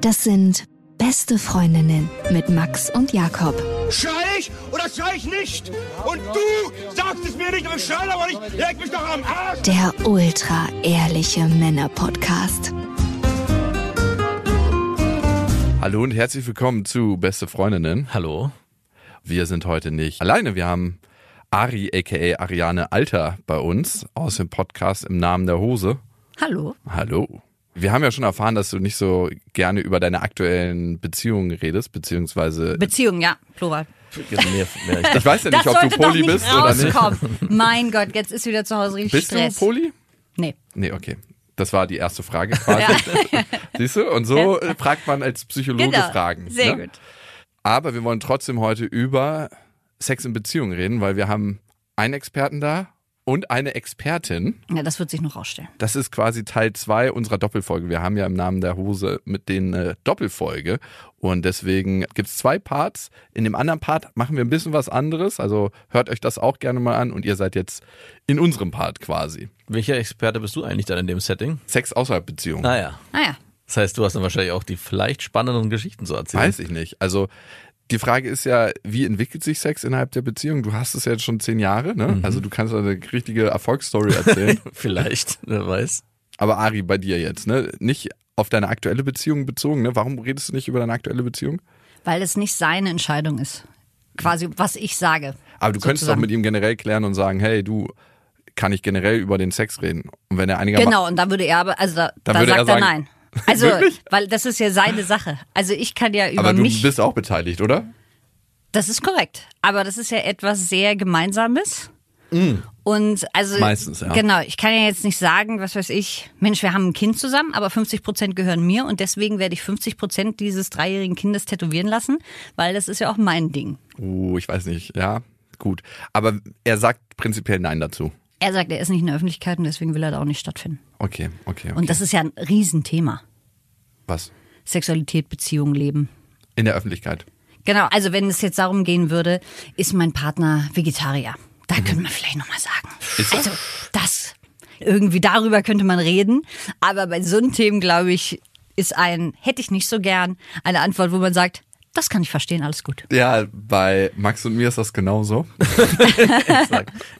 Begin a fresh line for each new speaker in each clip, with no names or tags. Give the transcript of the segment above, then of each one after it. Das sind Beste Freundinnen mit Max und Jakob.
Schrei ich oder schrei ich nicht? Und du sagst es mir nicht, aber ich schrei aber nicht. Leg mich doch am Arsch!
Der ultra ehrliche Männer Podcast.
Hallo und herzlich willkommen zu Beste Freundinnen.
Hallo.
Wir sind heute nicht alleine. Wir haben Ari, aka Ariane Alter, bei uns aus dem Podcast im Namen der Hose.
Hallo.
Hallo. Wir haben ja schon erfahren, dass du nicht so gerne über deine aktuellen Beziehungen redest, beziehungsweise.
Beziehung, ja, Plural.
ich weiß ja
Das
nicht, ob du
sollte doch
Poli
nicht
bist oder nicht.
rauskommen. mein Gott, jetzt ist wieder zu Hause richtig
Bist
Stress.
du Poli?
Nee.
Nee, okay. Das war die erste Frage quasi. Siehst du? Und so äh, fragt man als Psychologe
Genau.
Fragen.
Sehr
ne?
gut.
Aber wir wollen trotzdem heute über Sex in Beziehungen reden, weil wir haben einen Experten da und eine Expertin.
Ja, das wird sich noch rausstellen.
Das ist quasi Teil 2 unserer Doppelfolge. Wir haben ja im Namen der Hose mit denen eine Doppelfolge. Und deswegen gibt es zwei Parts. In dem anderen Part machen wir ein bisschen was anderes. Also hört euch das auch gerne mal an und ihr seid jetzt in unserem Part quasi.
Welcher Experte bist du eigentlich dann in dem Setting?
Sex außerhalb Beziehung.
Naja.
Naja,
Das heißt, du hast dann wahrscheinlich auch die vielleicht spannenden Geschichten zu erzählen.
Weiß ich nicht. Also die Frage ist ja, wie entwickelt sich Sex innerhalb der Beziehung? Du hast es ja jetzt schon zehn Jahre, ne?
Mhm.
Also du kannst eine richtige Erfolgsstory erzählen.
Vielleicht, wer weiß.
Aber Ari, bei dir jetzt, ne? Nicht auf deine aktuelle Beziehung bezogen, ne? Warum redest du nicht über deine aktuelle Beziehung?
weil es nicht seine Entscheidung ist. Quasi, was ich sage.
Aber du könntest doch
sozusagen.
mit ihm generell klären und sagen, hey, du, kann ich generell über den Sex reden? Und wenn er einigermaßen...
Genau, und da würde er aber, also da,
Dann
da
würde er
sagt
sagen-
er, nein. Also,
Wirklich?
weil das ist ja seine Sache. Also ich kann ja über
Aber du
mich.
bist auch beteiligt, oder?
das ist korrekt. Aber das ist ja etwas sehr Gemeinsames. Und also
Mm. Meistens, ja.
genau, ich kann ja jetzt nicht sagen, was weiß ich, Mensch, wir haben ein Kind zusammen, aber 50 Prozent gehören mir und deswegen werde ich 50 Prozent dieses dreijährigen Kindes tätowieren lassen, weil das ist ja auch mein Ding.
Oh, ich weiß nicht. Ja, gut. Aber er sagt prinzipiell Nein dazu.
Er sagt, er ist nicht in der Öffentlichkeit und deswegen will er da auch nicht stattfinden.
Okay, okay, okay.
Und das ist ja ein Riesenthema.
Was?
Sexualität, Beziehung, Leben.
In der Öffentlichkeit.
Genau, also wenn es jetzt darum gehen würde, ist mein Partner Vegetarier. Da könnte man vielleicht nochmal sagen. also das, irgendwie darüber könnte man reden. Aber bei so einem Thema, glaube ich, ist ein, hätte ich nicht so gern, eine Antwort, wo man sagt, das kann ich verstehen, alles gut.
Ja, bei Max und mir ist das genauso.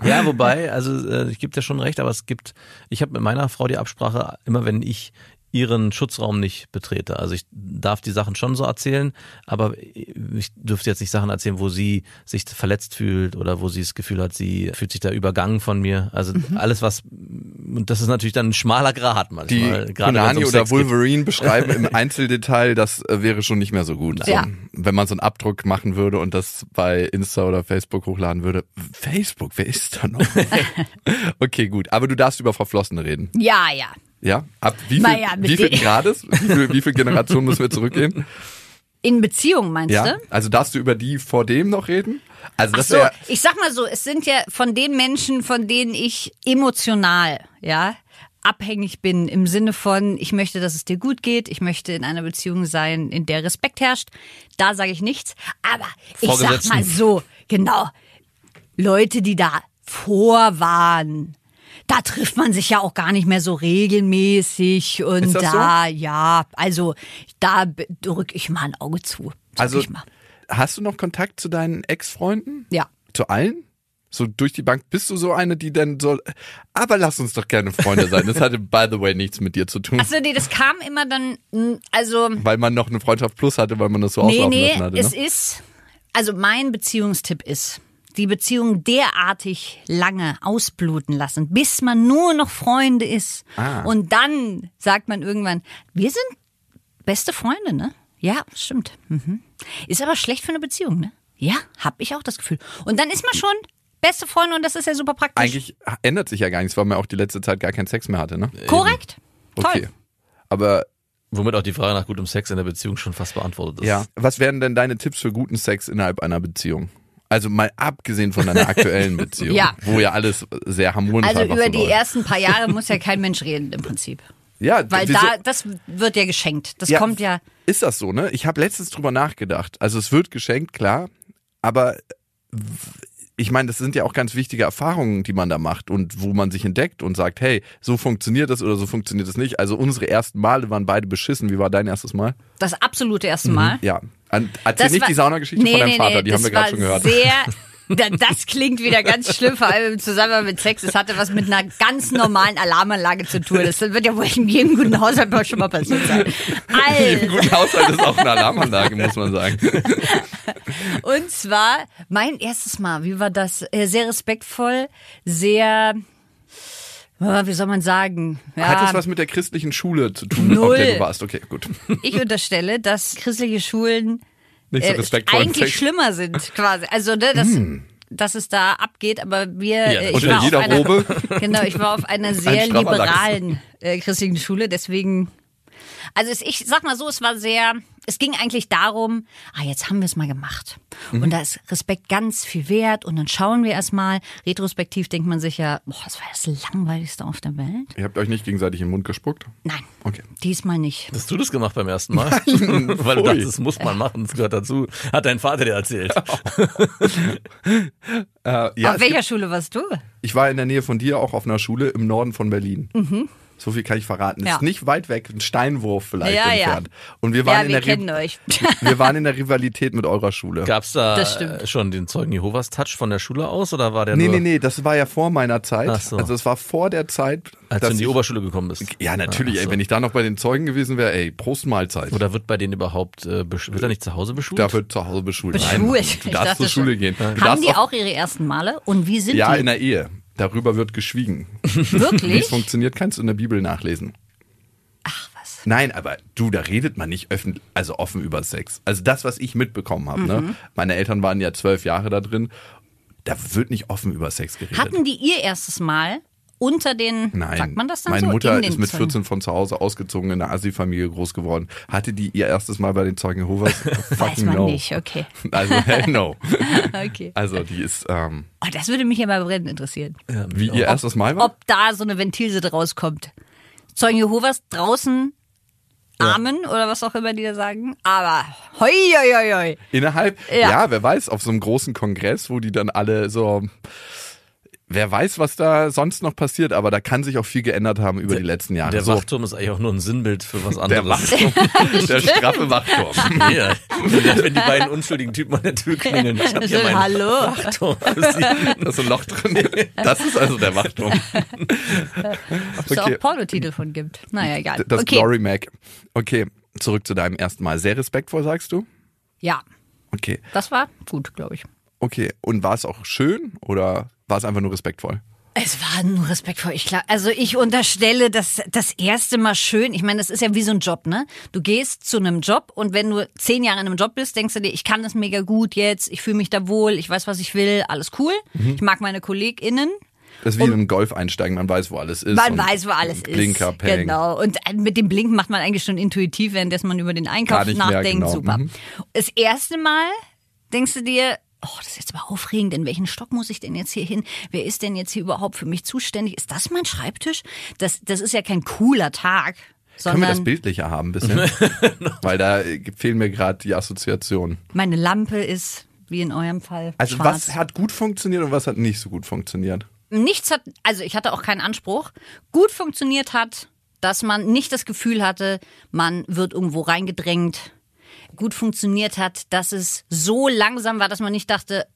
Ja, wobei, also äh, ich gebe dir schon recht, aber es gibt, ich habe mit meiner Frau die Absprache, immer wenn ich ihren Schutzraum nicht betrete. Also ich darf die Sachen schon so erzählen, aber ich dürfte jetzt nicht Sachen erzählen, wo sie sich verletzt fühlt oder wo sie das Gefühl hat, sie fühlt sich da übergangen von mir. Also
Mhm.
alles, was, und das ist natürlich dann ein schmaler Grat
Die
manchmal. gerade wenn's
Konani
um
oder
Sex geht.
Wolverine beschreiben im Einzeldetail, das äh, wäre schon nicht mehr so gut. So,
Ja.
Wenn man so einen Abdruck machen würde und das bei Insta oder Facebook hochladen würde. Facebook, wer ist da noch? okay, gut. Aber du darfst über Verflossene reden.
Ja, ja.
Ja? Ab wie viel,
Naja, mit
wie viel
dir.
Grades? Wie viel, wie viel Generation müssen wir zurückgehen?
In Beziehung meinst
Ja?
du?
Also darfst du über die vor dem noch reden? Also
Ach
das
so,
wäre
ich sag mal so, es sind ja von den Menschen, von denen ich emotional, ja, abhängig bin im Sinne von, ich möchte, dass es dir gut geht, ich möchte in einer Beziehung sein, in der Respekt herrscht. Da sage ich nichts, aber ich sag
Vorgesetzten.
mal so, genau. Leute, die da vor waren. Da trifft man sich ja auch gar nicht mehr so regelmäßig und
Ist das so?
da ja, also da drücke ich mal ein Auge zu. Sag
Also
ich mal.
hast du noch Kontakt zu deinen Ex-Freunden?
Ja.
Zu allen? So durch die Bank bist du so eine, die dann so. Aber lass uns doch gerne Freunde sein. Das hatte by the way nichts mit dir zu tun,
Achso, nee, das kam immer dann, mh, also
weil man noch eine Freundschaft plus hatte, weil man das so
Nee,
auslaufen
nee,
lassen hatte.
es
Ne?
ist, also mein Beziehungstipp ist, die Beziehung derartig lange ausbluten lassen, bis man nur noch Freunde ist.
Ah.
Und dann sagt man irgendwann, wir sind beste Freunde, ne? Ja, stimmt. Mhm. Ist aber schlecht für eine Beziehung, ne? Ja, hab ich auch das Gefühl. Und dann ist man schon beste Freunde und das ist ja super praktisch.
Eigentlich ändert sich ja gar nichts, weil man auch die letzte Zeit gar keinen Sex mehr hatte, ne?
Korrekt. Toll.
Okay. Aber
Womit auch die Frage nach gutem Sex in der Beziehung schon fast beantwortet ist.
ja, was wären denn deine Tipps für guten Sex innerhalb einer Beziehung? Also mal abgesehen von deiner aktuellen Beziehung,
Ja.
wo ja alles sehr harmonisch
Also
einfach
über
so
die
läuft.
ersten paar Jahre muss ja kein Mensch reden im Prinzip.
ja,
Weil
wieso-
da, das wird ja geschenkt. Das kommt ja.
Ist das so, ne? Ich habe letztens drüber nachgedacht. Also es wird geschenkt, klar, aber w- ich meine, das sind ja auch ganz wichtige Erfahrungen, die man da macht und wo man sich entdeckt und sagt, hey, so funktioniert das oder so funktioniert das nicht. Also unsere ersten Male waren beide beschissen. Wie war dein erstes Mal?
Das absolute erste Mal.
Mhm. Ja. An, erzähl nicht die Saunageschichte von deinem Vater, die
das
haben wir gerade
war
schon gehört.
Sehr, da- das klingt wieder ganz schlimm, vor allem im Zusammenhang mit Sex. Es hatte was mit einer ganz normalen Alarmanlage zu tun. Das wird ja wohl in jedem guten Haushalt mal schon mal passiert sein.
Im
Also,
guten Haushalt ist auch eine Alarmanlage, muss man sagen.
und zwar mein erstes Mal. Wie war das? Äh, Sehr respektvoll, sehr, äh, wie soll man sagen? Ja,
Hat das was mit der christlichen Schule zu tun, auf
Null.
der du warst? Okay, gut.
ich unterstelle, dass christliche Schulen
Nicht so
äh,
respektvoll.
eigentlich schlimmer sind, quasi. Also, ne, das. Dass es da abgeht, aber wir. äh, ich
Hm. ne, unter
war auf
jeder
einer,
Robe.
Genau, ich war auf einer sehr
Ein strammer Lachs.
liberalen äh, christlichen Schule, deswegen. Also es, ich sag mal so, es war sehr. Es ging eigentlich darum, ah, jetzt haben wir es mal gemacht.
Mhm.
Und da ist Respekt ganz viel wert und dann schauen wir erst mal. Retrospektiv denkt man sich ja, boah, das war das Langweiligste auf der Welt.
Ihr habt euch nicht gegenseitig in den Mund gespuckt?
Nein,
Okay.
diesmal nicht.
Hast du das gemacht beim ersten Mal? Weil du
pfui.
dachtest, das muss man machen, das gehört dazu. Hat dein Vater dir erzählt.
Äh, ja,
auf
es
welcher Schule warst du?
Ich war in der Nähe von dir auch auf einer Schule im Norden von Berlin. So viel kann ich verraten.
Mhm. Ja.
Ist nicht weit weg, ein Steinwurf vielleicht
Ja, ja.
entfernt. Und wir
Ja,
waren
wir
in der
kennen
Ri-
euch.
wir waren in der Rivalität mit eurer Schule.
Gab's da
Das stimmt.
äh, schon den Zeugen Jehovas Touch von der Schule aus oder war der
Nee,
nur,
nee, nee, das war ja vor meiner Zeit.
Ach so.
Also es war vor der Zeit,
als du in die
ich-
Oberschule gekommen bist? Ah,
Ja, natürlich,
Ach
ey,
so.
wenn ich da noch bei den Zeugen gewesen wäre, ey, Prost Mahlzeit.
Oder wird bei denen überhaupt, äh, besch- wird er nicht zu Hause beschult?
Dafür zu Hause beschult. Nein,
Beschult.
Du
Ich
darfst
dachte
zur Schule
schon.
gehen. Du
Haben
darfst
die auch ihre ersten Male? Und wie sind
Ja,
die?
in der Ehe. Darüber wird geschwiegen. Wie
Wirklich?
es funktioniert, kannst du in der Bibel nachlesen.
Ach was.
Nein, aber du, da redet man nicht öffentlich, also offen über Sex. Also das, was ich mitbekommen habe,
Mhm.
ne? Meine Eltern waren ja zwölf Jahre da drin. Da wird nicht offen über Sex geredet.
Hatten die ihr erstes Mal unter den,
Nein,
sagt man das dann
meine
so?
Mutter
in den
ist mit
Zeugen?
14 von zu Hause ausgezogen, in einer Asi-Familie groß geworden. Hatte die ihr erstes Mal bei den Zeugen Jehovas? Fucking
Weiß man
no.
nicht, okay.
Also, hell no.
Okay.
Also, die ist, ähm,
Oh, das würde mich ja mal brennend interessieren.
wie ihr erstes Mal war?
Ob da so eine Ventilsitte rauskommt. Zeugen Jehovas draußen Amen oder was auch immer die da sagen. Aber hoi, hoi, hoi, hoi.
Innerhalb? Ja.
Ja.
wer weiß, auf so einem großen Kongress, wo die dann alle so. Wer weiß, was da sonst noch passiert, aber da kann sich auch viel geändert haben über die letzten Jahre.
Der
so,
Wachturm ist eigentlich auch nur ein Sinnbild für was
der
anderes.
Wachturm. der straffe Wachturm.
Ja. Wenn die beiden unschuldigen Typen an der Tür klingeln, ich hab hier
So,
meinen
hallo.
Wachturm für Sie.
Da ist ein Loch drin. Das ist also der Wachturm.
Ob es da auch Pornotitel von gibt. Naja, egal.
Das
okay.
Glory Mac. Okay, zurück zu deinem ersten Mal. Sehr respektvoll, sagst du?
Ja,
Okay.
das war gut, glaube ich.
Okay. Und war es auch schön oder war es einfach nur respektvoll?
Es war nur respektvoll. Ich klar, also ich unterstelle, dass das erste Mal schön. Ich meine, das ist ja wie so ein Job, ne? Du gehst zu einem Job und wenn du zehn Jahre in einem Job bist, denkst du dir, ich kann das mega gut jetzt, ich fühle mich da wohl, ich weiß, was ich will, alles cool. Ich mag meine KollegInnen.
Das ist wie in einem Golf einsteigen, man weiß, wo alles ist.
Um Man
und
weiß, wo alles
Blinker,
ist.
Peng.
Genau. Und mit dem Blinken macht man eigentlich schon intuitiv, währenddessen man über den
Gar
Einkauf
nicht mehr,
nachdenkt.
genau.
Super.
Mhm.
Das erste Mal denkst du dir, oh, das ist jetzt mal aufregend. In welchen Stock muss ich denn jetzt hier hin? Wer ist denn jetzt hier überhaupt für mich zuständig? Ist das mein Schreibtisch? Das, das ist ja kein cooler Tag.
Können wir das
Sondern
bildlicher haben ein bisschen? Weil da äh, fehlen mir gerade die Assoziationen.
meine Lampe ist, wie in eurem Fall,
Also
schwarz.
was hat gut funktioniert und was hat nicht so gut funktioniert?
nichts hat, also ich hatte auch keinen Anspruch, gut funktioniert hat, dass man nicht das Gefühl hatte, man wird irgendwo reingedrängt, gut funktioniert hat, dass es so langsam war, dass man nicht dachte,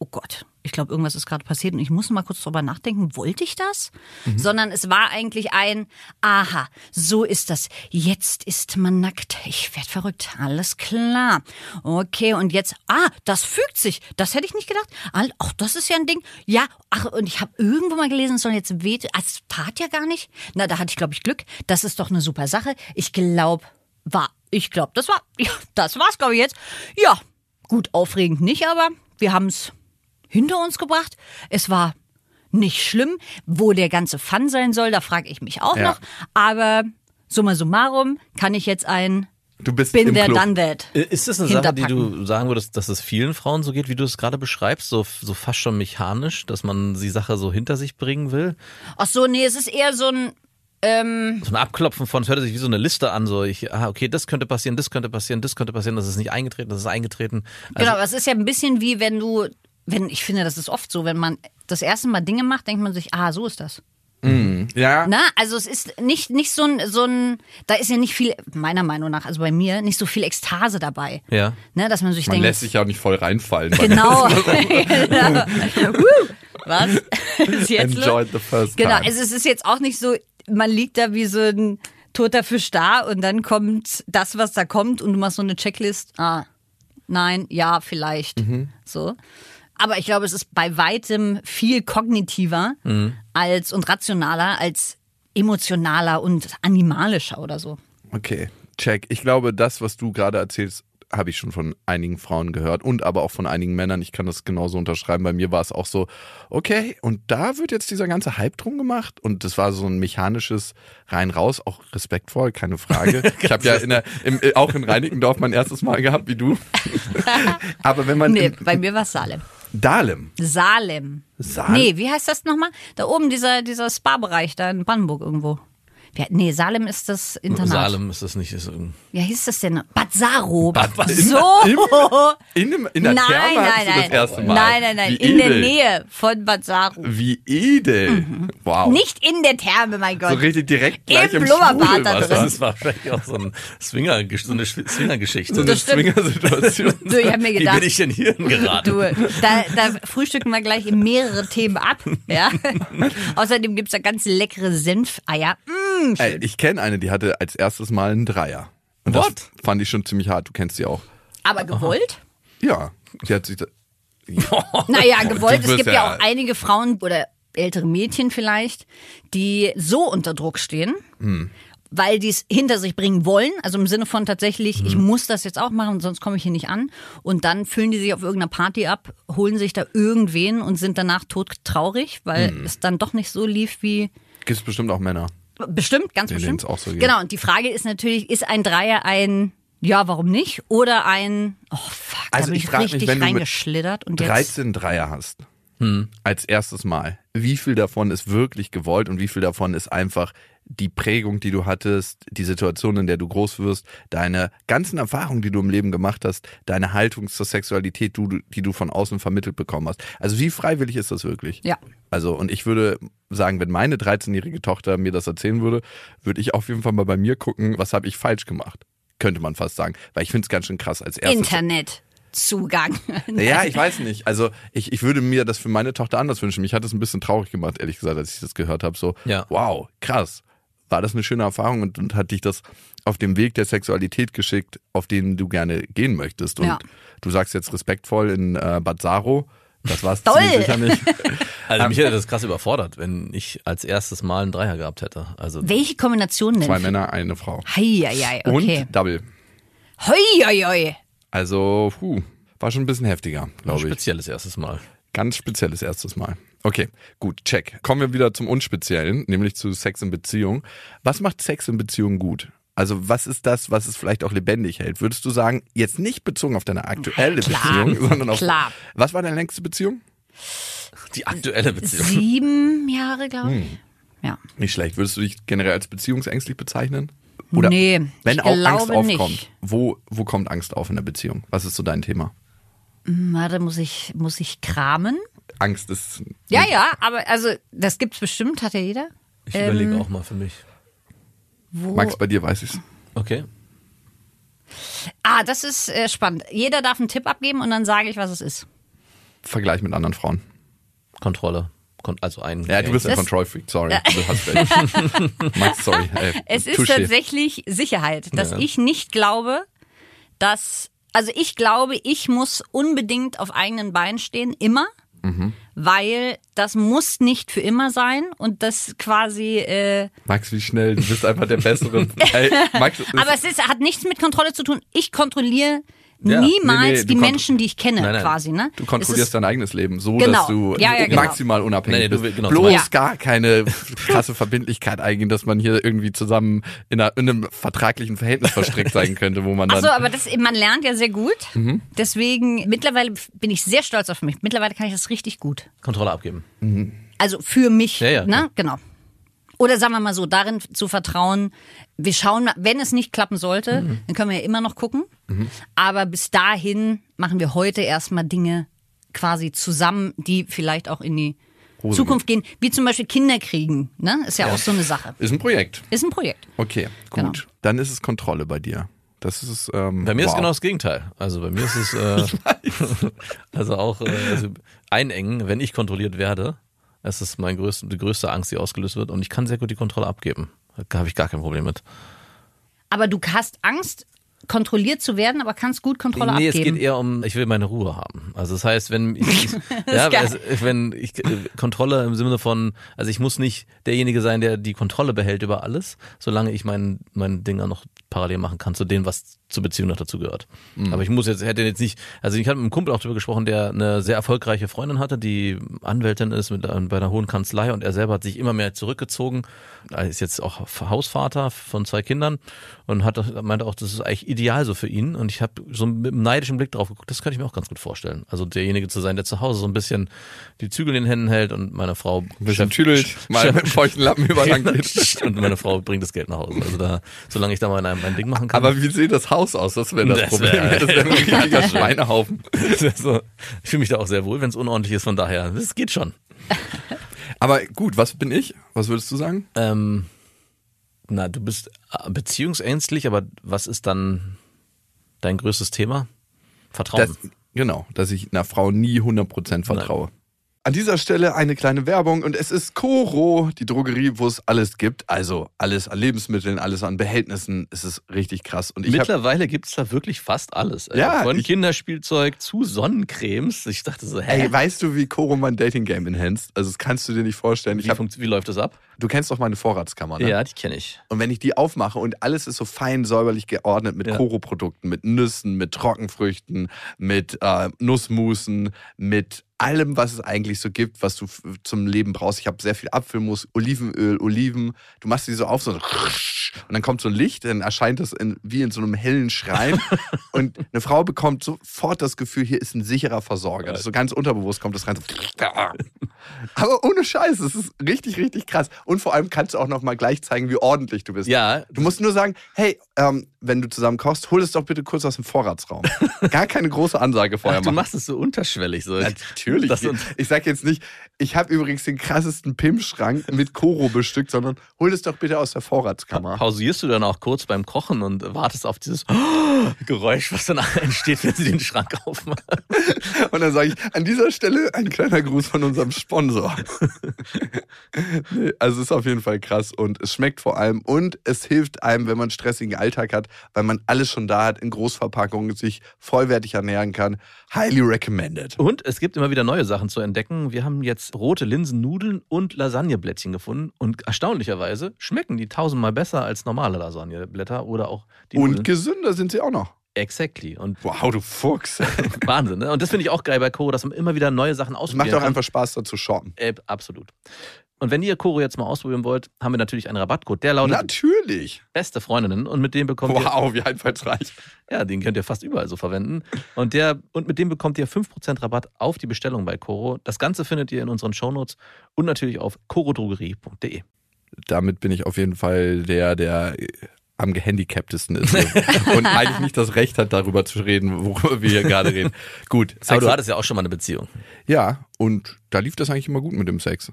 oh Gott, ich glaube, irgendwas ist gerade passiert und ich muss mal kurz drüber nachdenken, wollte ich das? Sondern es war eigentlich ein, aha, so ist das. Jetzt ist man nackt. Ich werde verrückt. Alles klar. Okay, und jetzt, ah, das fügt sich. Das hätte ich nicht gedacht. Al- Ach, das ist ja ein Ding. Ja, ach, und ich habe irgendwo mal gelesen, es soll jetzt weht. Ah, Es tat ja gar nicht. Na, da hatte ich, glaube ich, Glück. Das ist doch eine super Sache. Ich glaube, war, ich glaube, das war, ja, das war's, glaube ich, jetzt. Ja, gut, aufregend nicht, aber wir haben es hinter uns gebracht. Es war nicht schlimm, wo der ganze Fun sein soll, da frage ich mich auch
Ja.
noch. Aber summa summarum kann ich jetzt ein
Du bist
Bin
im
there,
Club.
done that.
Äh, Ist das eine Sache, die
Hinterpacken.
du sagen würdest, dass es vielen Frauen so geht, wie du es gerade beschreibst, so, so fast schon mechanisch, dass man die Sache so hinter sich bringen will?
Ach so, nee, es ist eher so ein
So ein Abklopfen von, es hört sich wie so eine Liste an, so ich, ah, okay, das könnte passieren, das könnte passieren, das könnte passieren, das ist nicht eingetreten, das ist eingetreten. Also,
Genau, es ist ja ein bisschen wie wenn du wenn, ich finde, das ist oft so, wenn man das erste Mal Dinge macht, denkt man sich, ah, so ist das.
Ja,
Na, also es ist nicht, nicht so ein, so ein, da ist ja nicht viel, meiner Meinung nach, also bei mir, nicht so viel Ekstase dabei.
Ja.
Ne, dass man sich
man
denkt.
lässt sich ja auch nicht voll reinfallen. bei
genau. genau. Wuh, Was? ist jetzt los?
Enjoyed the first
Genau,
time.
also es ist jetzt auch nicht so, man liegt da wie so ein toter Fisch da und dann kommt das, was da kommt und du machst so eine Checklist. Ah, nein, ja, vielleicht.
Mhm.
So. Aber ich glaube, es ist bei weitem viel kognitiver
Mhm.
als und rationaler als emotionaler und animalischer oder so.
Okay, check. Ich glaube, das, was du gerade erzählst, habe ich schon von einigen Frauen gehört und aber auch von einigen Männern. Ich kann das genauso unterschreiben. Bei mir war es auch so, okay, und da wird jetzt dieser ganze Hype drum gemacht und das war so ein mechanisches Rein-Raus, auch respektvoll, keine Frage. Ich habe ja in der, im, äh, auch in Reinickendorf mein erstes Mal gehabt, wie du. aber wenn man...
Nee,
in
bei mir war es Salem.
Dahlem.
Salem.
Salem?
Nee, wie heißt das nochmal? Da oben dieser, dieser Spa-Bereich da in Brandenburg irgendwo. Wer- Nee, Salem ist das Internat.
Salem ist das nicht. Ist irgendein-
Wie hieß das denn? Bad Saro.
Bad- was?
so.
Im- In, dem, in der
nein,
Therme
nein,
hattest du das
nein.
erste Mal.
Nein, nein, nein.
Wie
In der
edel.
Nähe von Bad Saro.
Wie edel. Wow.
Nicht in der Therme, mein Gott.
so richtig direkt
Im
gleich im,
Blubberbad
Strudel
da
warst du.
drin.
Das war wahrscheinlich auch so, ein Swinger, so eine Schw-
So
Swinger-Geschichte.
eine
Das stimmt.
Swingersituation.
du, ich hab mir
Wie
gedacht.
bin ich denn hier geraten? Also
Du, da, da frühstücken wir gleich mehrere Themen ab. Ja? Außerdem gibt es da ganz leckere Senfeier. Mm,
Ey, ich kenne eine, die hatte als erstes Mal einen Dreier. Und
What?
das fand ich schon ziemlich hart. Du kennst sie auch.
aber gewollt?
Ja, die hat sich. da-
Naja,
Du
gewollt. Es
wirst
gibt ja,
ja-
auch einige Frauen oder ältere Mädchen vielleicht, die so unter Druck stehen,
Hm.
weil die es hinter sich bringen wollen. Also im Sinne von tatsächlich,
Hm.
ich muss das jetzt auch machen, sonst komme ich hier nicht an. Und dann füllen die sich auf irgendeiner Party ab, holen sich da irgendwen und sind danach todtraurig, weil
Hm.
es dann doch nicht so lief wie
Gibt's bestimmt auch Männer.
Bestimmt, ganz
Den
bestimmt.
denen's auch so geht.
genau, und die Frage ist natürlich, ist ein Dreier ein Ja, warum nicht? Oder ein Oh fuck,
Also
da bin
ich
ich,
frag mich,
richtig
wenn du mit
reingeschlittert und jetzt.
13 Dreier hast. Hm. Als erstes Mal. Wie viel davon ist wirklich gewollt und wie viel davon ist einfach die Prägung, die du hattest, die Situation, in der du groß wirst, deine ganzen Erfahrungen, die du im Leben gemacht hast, deine Haltung zur Sexualität, du, die du von außen vermittelt bekommen hast. Also wie freiwillig ist das wirklich?
Ja.
Also, und ich würde sagen, wenn meine 13-jährige Tochter mir das erzählen würde, würde ich auf jeden Fall mal bei mir gucken, was habe ich falsch gemacht? Könnte man fast sagen. Weil ich finde es ganz schön krass als erstes.
Internetzugang.
Ja, ich weiß nicht. Also ich, ich würde mir das für meine Tochter anders wünschen. Mich hat es ein bisschen traurig gemacht, ehrlich gesagt, als ich das gehört habe. So,
Ja.
wow, krass. War das eine schöne Erfahrung und, und hat dich das auf dem Weg der Sexualität geschickt, auf den du gerne gehen möchtest. Und
Ja.
du sagst jetzt respektvoll in äh, Bad Saro. Das war's
Toll.
ziemlich sicher nicht.
Also
ähm,
mich hätte das krass überfordert, wenn ich als erstes Mal einen Dreier gehabt hätte. Also
Welche Kombination denn?
Zwei Männer, eine Frau.
Heieiei, okay.
Und Double.
Heieiei.
Also, puh, war schon ein bisschen heftiger, glaube ich.
spezielles erstes Mal.
Ganz spezielles erstes Mal. Okay, gut, check. Kommen wir wieder zum Unspeziellen, nämlich zu Sex in Beziehung. Was macht Sex in Beziehung gut? Also was ist das, was es vielleicht auch lebendig hält? Würdest du sagen, jetzt nicht bezogen auf deine aktuelle
Klar,
Beziehung, sondern auf...
klar.
Was war deine längste Beziehung?
Die aktuelle Beziehung.
Sieben Jahre, glaube
Hm.
ich. Ja.
Nicht schlecht. Würdest du dich generell als beziehungsängstlich bezeichnen? Oder
Nee,
wenn
ich
auch Angst
glaube nicht.
aufkommt, wo wo kommt Angst auf in der Beziehung? Was ist so dein Thema?
Warte, muss ich, muss ich kramen?
Angst ist
Ja, ja, aber also das gibt's bestimmt, hat ja jeder.
Ich überlege auch mal für mich.
Wo
Max bei dir weiß ich's.
Okay.
Ah, das ist äh, spannend. Jeder darf einen Tipp abgeben und dann sage ich, was es ist.
Vergleich mit anderen Frauen.
Kontrolle. Kon also ein.
Ja, du bist ein
Das-
Control Freak, sorry. Du hast recht. Max, sorry. Ey,
Es ist
Touché.
tatsächlich Sicherheit, dass
Ja.
ich nicht glaube, dass also ich glaube, ich muss unbedingt auf eigenen Beinen stehen immer,
Mhm.
weil das muss nicht für immer sein und das quasi. Äh,
Max, wie schnell, du bist einfach der Bessere. Ey, Max, es
aber
ist,
es ist, hat nichts mit Kontrolle zu tun. Ich kontrolliere
Ja.
Nee,
niemals
nee, du
die
kont-
Menschen, die ich kenne,
Nein, nein.
quasi. Ne?
du
Es ist-
kontrollierst dein eigenes Leben so, dass
Genau.
du
Ja, ja, genau.
maximal unabhängig
Nee, nee, du
bist.
will- genau,
Bloß
ja.
gar keine krasse Verbindlichkeit eingehen, dass man hier irgendwie zusammen in, einer, in einem vertraglichen Verhältnis verstrickt sein könnte, wo man dann... Mhm.
Achso, aber das, man lernt ja sehr gut. Deswegen, mittlerweile bin ich sehr stolz auf mich. Mittlerweile kann ich das richtig gut.
Kontrolle abgeben.
Also für mich,
Ja, ja,
ne? Genau. Oder sagen wir mal so, darin zu vertrauen, wir schauen, mal, wenn es nicht klappen sollte,
Mhm.
dann können wir ja immer noch gucken. Aber bis dahin machen wir heute erstmal Dinge quasi zusammen, die vielleicht auch in die
Hose
Zukunft gehen. Wie zum Beispiel Kinder kriegen, ne? Ist ja, auch so eine Sache.
Ist ein Projekt.
Ist ein Projekt.
Okay, gut.
Genau.
Dann ist es Kontrolle bei dir. Das ist. Ähm,
Bei mir
wow.
ist genau das Gegenteil. Also bei mir ist es äh, also auch äh, also einengen, wenn ich kontrolliert werde. Das ist meine größte, die größte Angst, die ausgelöst wird. Und ich kann sehr gut die Kontrolle abgeben. Da habe ich gar kein Problem mit.
Aber du hast Angst, kontrolliert zu werden, aber kannst gut Kontrolle
nee,
abgeben.
es geht eher um, ich will meine Ruhe haben. Also das heißt, wenn ich, ich ja,
geil.
also, wenn ich äh, Kontrolle im Sinne von, also ich muss nicht derjenige sein, der die Kontrolle behält über alles, solange ich mein mein Ding dann noch parallel machen kann zu dem, was zur Beziehung noch dazu gehört. Aber ich muss jetzt hätte jetzt nicht, also ich habe mit einem Kumpel auch darüber gesprochen, der eine sehr erfolgreiche Freundin hatte, die Anwältin ist mit äh, bei einer hohen Kanzlei und er selber hat sich immer mehr zurückgezogen, Er ist jetzt auch Hausvater von zwei Kindern und hat meinte auch, das ist eigentlich ideal so für ihn. Und ich habe so mit einem neidischen Blick drauf geguckt, das könnte ich mir auch ganz gut vorstellen. Also derjenige zu sein, der zu Hause so ein bisschen die Zügel in den Händen hält und meine Frau
Ein bisschen tüdelt, mal mit dem feuchten Lappen über lang geht.
und meine Frau bringt das Geld nach Hause. Also da, solange ich da mein, mein Ding machen kann.
Aber wie sieht das Haus aus? Das wäre das,
Das
Problem.
wär-
das wäre ein richtiger Schweinehaufen.
also, ich fühle mich da auch sehr wohl, wenn es unordentlich ist, von daher. Das geht schon.
Aber gut, was bin ich? Was würdest du sagen?
Ähm, na, du bist äh, beziehungsängstlich, aber was ist dann dein größtes Thema? Vertrauen.
Das, genau, dass ich einer Frau nie 100% vertraue. An dieser Stelle eine kleine Werbung und es ist Koro, die Drogerie, wo es alles gibt. Also alles an Lebensmitteln, alles an Behältnissen. Es ist richtig krass. Und ich hab-
Mittlerweile gibt es da wirklich fast alles. ey.
Ja,
Von
ich-
Kinderspielzeug zu Sonnencremes. Ich dachte so, hä?
Ey, weißt du, wie Koro mein Dating Game enhanced? Also das kannst du dir nicht vorstellen. Ich
wie,
hab,
funkt- wie läuft das ab?
du kennst doch meine Vorratskammer, ne?
Ja, die kenne ich.
Und wenn ich die aufmache und alles ist so fein säuberlich geordnet mit
Ja.
Koro-Produkten, mit Nüssen, mit Trockenfrüchten, mit äh, Nussmusen, mit allem, was es eigentlich so gibt, was du f- zum Leben brauchst. Ich habe sehr viel Apfelmus, Olivenöl, Oliven. Du machst die so auf, so ein und dann kommt so ein Licht, dann erscheint das in, wie in so einem hellen Schrein. und eine Frau bekommt sofort das Gefühl, hier ist ein sicherer Versorger. Das ist so ganz unterbewusst kommt das rein. So, aber ohne Scheiß, es ist richtig, richtig krass. Und vor allem kannst du auch noch mal gleich zeigen, wie ordentlich du bist.
Ja,
Du musst nur sagen, hey, ähm, wenn du zusammen kochst, hol es doch bitte kurz aus dem Vorratsraum. Gar keine große Ansage vorher
du
machen.
machst es so unterschwellig. So.
Natürlich.
Das,
ich sag jetzt nicht, ich habe übrigens den krassesten Pimp-Schrank mit Koro bestückt, sondern hol es doch bitte aus der Vorratskammer.
pausierst du dann auch kurz beim Kochen und wartest auf dieses Geräusch, was dann entsteht, wenn sie den Schrank aufmachen.
Und dann sage ich, an dieser Stelle ein kleiner Gruß von unserem Sponsor. nee, also es ist auf jeden Fall krass und es schmeckt vor allem und es hilft einem, wenn man einen stressigen Alltag hat, weil man alles schon da hat, in Großverpackungen sich vollwertig ernähren kann. Highly recommended.
Und es gibt immer wieder neue Sachen zu entdecken. Wir haben jetzt rote Linsennudeln und Lasagneblättchen gefunden. Und erstaunlicherweise schmecken die tausendmal besser als normale Lasagneblätter oder auch die
Und
Nudeln.
gesünder sind sie auch noch.
Exactly. Und
Wow, du Fuchs.
Wahnsinn, ne? Und das finde ich auch geil bei Koro, dass man immer wieder neue Sachen
Es
ausprobieren
macht doch
kann.
einfach Spaß, da zu shoppen.
Äh, absolut. Und wenn ihr Koro jetzt mal ausprobieren wollt, haben wir natürlich einen Rabattcode. Der lautet
Natürlich.
beste Freundinnen und mit dem bekommt ihr
Wow, wie einfallsreich.
Ja, den könnt ihr fast überall so verwenden. Und, der, und mit dem bekommt ihr 5% Rabatt auf die Bestellung bei Koro. Das Ganze findet ihr in unseren Shownotes und natürlich auf korodrogerie.de.
damit bin ich auf jeden Fall der, der äh, am gehandicaptesten ist und eigentlich nicht das Recht hat, darüber zu reden, worüber wir hier gerade reden. Gut,
Aber
Sex,
du hattest ja auch schon mal eine Beziehung.
ja, und da lief das eigentlich immer gut mit dem Sex.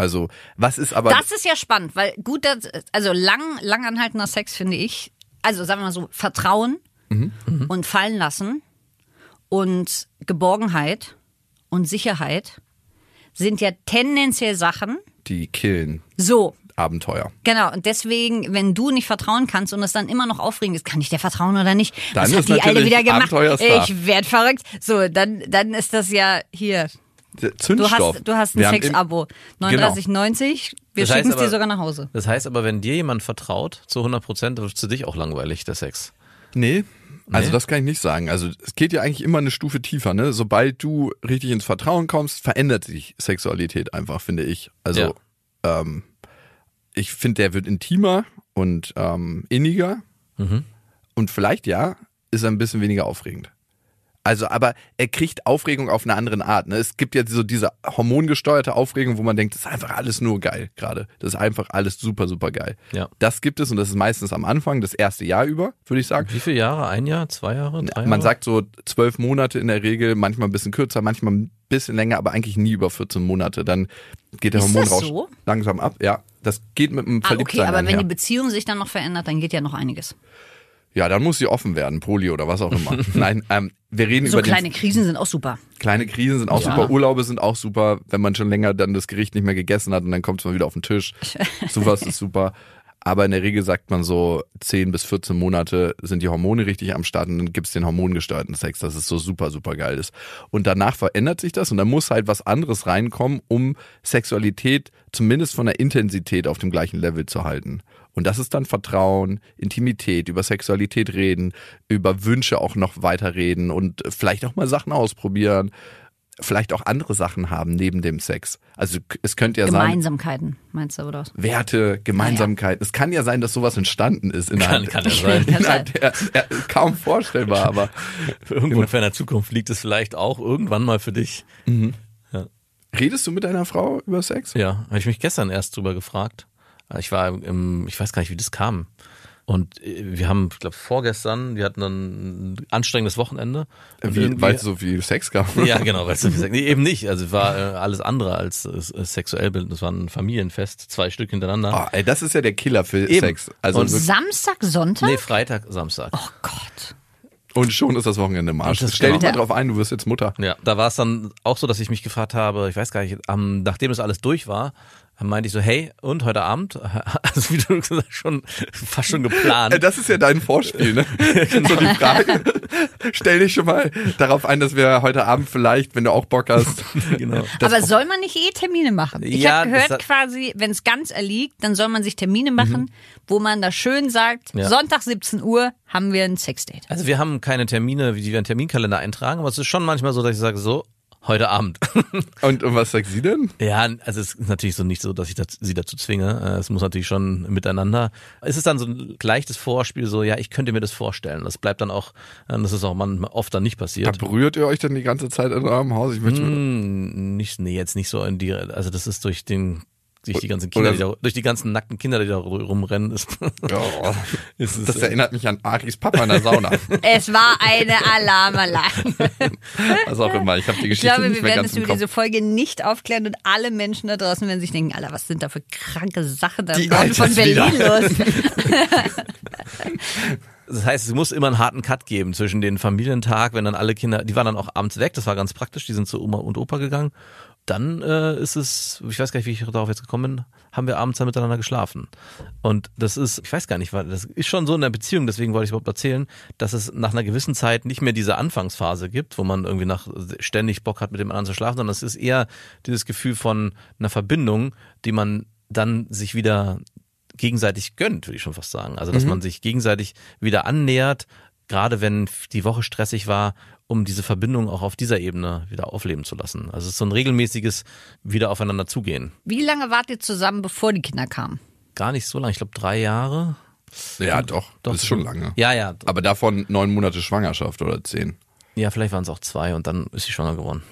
Also, was ist aber
Das ist ja spannend, weil gut, das- also lang, langanhaltender Sex finde ich, also sagen wir mal so, Vertrauen
Mhm.
und fallen lassen und Geborgenheit und Sicherheit sind ja tendenziell Sachen.
die killen
So,
Abenteuer?
genau. Und deswegen, wenn du nicht vertrauen kannst und es dann immer noch aufregend ist, kann ich dir vertrauen oder nicht?
Dann
Was
ist
hat die alle
natürlich
wieder gemacht?
Abenteuerstar.
Ich werd verrückt. So, dann, dann ist das ja hier.
Der
Du
Zündstoff.
hast, du hast ein
Wir haben im- Genau.
Sexabo. 39,90. Wir
Das heißt
schicken es dir
aber-
sogar nach Hause.
Das heißt aber, wenn dir jemand vertraut, zu 100%, dann wird es für dich auch langweilig, der Sex.
Nee. Also
Nee?
das kann ich nicht sagen. Also es geht ja eigentlich immer eine Stufe tiefer, ne? Sobald du richtig ins Vertrauen kommst, verändert sich Sexualität einfach, finde ich. Also
Ja.
ähm, ich finde, der wird intimer und
Mhm.
ähm, inniger. Und vielleicht ja, ist er ein bisschen weniger aufregend. Also, aber er kriegt Aufregung auf eine andere Art. Ne? Es gibt jetzt so diese hormongesteuerte Aufregung, wo man denkt, das ist einfach alles nur geil gerade. Das ist einfach alles super, super geil.
Ja.
Das gibt es und das ist meistens am Anfang, das erste Jahr über, würde ich sagen.
Wie viele Jahre? Ein Jahr? Zwei Jahre?
Ah,
Drei Jahre?
Man sagt so zwölf Monate in der Regel, manchmal ein bisschen kürzer, manchmal ein bisschen länger, aber eigentlich nie über 14 Monate. Dann geht der
Ist das
Hormonrausch
so?
langsam ab. Ja, das geht mit dem
Ah, okay,
Verliebtsein
aber wenn die
einher.
Beziehung sich dann noch verändert, dann geht ja noch einiges.
Ja, dann muss sie offen werden, Poli oder was auch immer. Nein, ähm, wir reden
So
über den
kleine Krisen sind auch super.
Kleine Krisen sind auch super, Urlaube sind auch super, wenn man schon länger dann das Gericht nicht mehr gegessen hat und dann kommt es mal wieder auf den Tisch. Sowas ist super. Aber in der Regel sagt man so, 10 bis 14 Monate sind die Hormone richtig am Start und dann gibt's den hormongesteuerten Sex, dass es so super, super geil ist. Und danach verändert sich das und dann muss halt was anderes reinkommen, um Sexualität zumindest von der Intensität auf dem gleichen Level zu halten. Und das ist dann Vertrauen, Intimität, über Sexualität reden, über Wünsche auch noch weiter reden und vielleicht auch mal Sachen ausprobieren, vielleicht auch andere Sachen haben neben dem Sex. Also k- es könnte ja sein,
Gemeinsamkeiten, meinst du, oder was?
Werte, Gemeinsamkeiten. Es kann ja sein, dass sowas entstanden ist innerhalb,
Kann- kann ja sein.
innerhalb der, der, kaum vorstellbar, aber
Irgendwo in ferner Zukunft liegt es vielleicht auch irgendwann mal für dich.
redest du mit deiner Frau über Sex?
Ja, habe ich mich gestern erst drüber gefragt. Äh, Ich war im, ich weiß gar nicht, wie das kam. Und äh, wir haben, ich glaube, vorgestern, wir hatten dann ein anstrengendes Wochenende. Und
Wie,
irgendwie-
weil es so viel Sex gab.
Ja, genau, weißt du, wie gesagt. Nee, eben nicht. Also war äh, alles andere als äh, sexuell bildend. Es war ein Familienfest, zwei Stück hintereinander.
Oh, ey, das ist ja der Killer für
Eben.
Sex. Also
Und-
wirklich-
Samstag, Sonntag?
Nee, Freitag, Samstag.
Oh Gott.
Und schon ist das Wochenende im Arsch.
Und das- genau.
Stell dich mal
Ja.
drauf ein, du wirst jetzt Mutter.
Ja, da war es dann auch so, dass ich mich gefragt habe, ich weiß gar nicht, am, nachdem das alles durch war, meinte ich so, hey, und heute Abend? Also wie du gesagt hast, schon fast schon
Äh,
geplant.
Das ist ja dein Vorspiel, ne? so die Frage. Stell dich schon mal darauf ein, dass wir heute Abend vielleicht, wenn du auch Bock hast,
genau.
aber soll man nicht eh Termine machen? Ich
Ja,
habe
das
gehört
hat-
quasi, wenn es ganz erliegt, dann soll man sich Termine machen,
Mhm.
wo man da schön sagt,
Ja.
Sonntag 17 Uhr haben wir ein Sexdate.
Also wir haben keine Termine, wie die wir in den Terminkalender eintragen, aber es ist schon manchmal so, dass ich sage, so, heute Abend.
Und, und was sagt sie denn?
ja, also es ist natürlich so nicht so, dass ich das, sie dazu zwinge. Äh, Es muss natürlich schon miteinander. Es ist dann so ein leichtes Vorspiel, so, ja, ich könnte mir das vorstellen. Das bleibt dann auch, äh, das ist auch manchmal oft dann nicht
Da
passiert.
berührt ihr euch dann die ganze Zeit in eurem Haus? Ich möchte
Hm, Nicht, nee, jetzt nicht so in die, also das ist durch den, durch die ganzen
Oder
Kinder, die
so-
da, durch die ganzen nackten Kinder, die da ru- rumrennen, ist,
Ja.
ist es-
Das erinnert mich an Aris Papa in der Sauna.
Es war eine Alarmanlage.
Was auch immer. Ich habe die
Ich
Geschichte
glaube,
nicht
wir
mehr
werden
ganz
es
im
über
Kopf.
diese Folge nicht aufklären und alle Menschen da draußen werden sich denken, Alter, was sind da für kranke Sachen da
Die
im Norden von Berlin los?
Das heißt, es muss immer einen harten Cut geben zwischen den Familientag, wenn dann alle Kinder, die waren dann auch abends weg, das war ganz praktisch, die sind zu Oma und Opa gegangen. Dann äh, ist es, ich weiß gar nicht, wie ich darauf jetzt gekommen bin, haben wir abends dann miteinander geschlafen. Und das ist, ich weiß gar nicht, weil das ist schon so in der Beziehung, deswegen wollte ich überhaupt erzählen, dass es nach einer gewissen Zeit nicht mehr diese Anfangsphase gibt, wo man irgendwie nach ständig Bock hat, mit dem anderen zu schlafen, sondern es ist eher dieses Gefühl von einer Verbindung, die man dann sich wieder gegenseitig gönnt, würde ich schon fast sagen. Also, dass man sich gegenseitig wieder annähert, gerade wenn die Woche stressig war, um diese Verbindung auch auf dieser Ebene wieder aufleben zu lassen. Also, es ist so ein regelmäßiges Wieder aufeinander zugehen.
Wie lange wart ihr zusammen, bevor die Kinder kamen?
Gar nicht so lange, ich glaube drei Jahre.
Ja, doch. Das ist schon lange.
Ja, ja.
Aber davon neun Monate Schwangerschaft oder zehn.
Ja, vielleicht waren es auch zwei und dann ist sie schwanger geworden.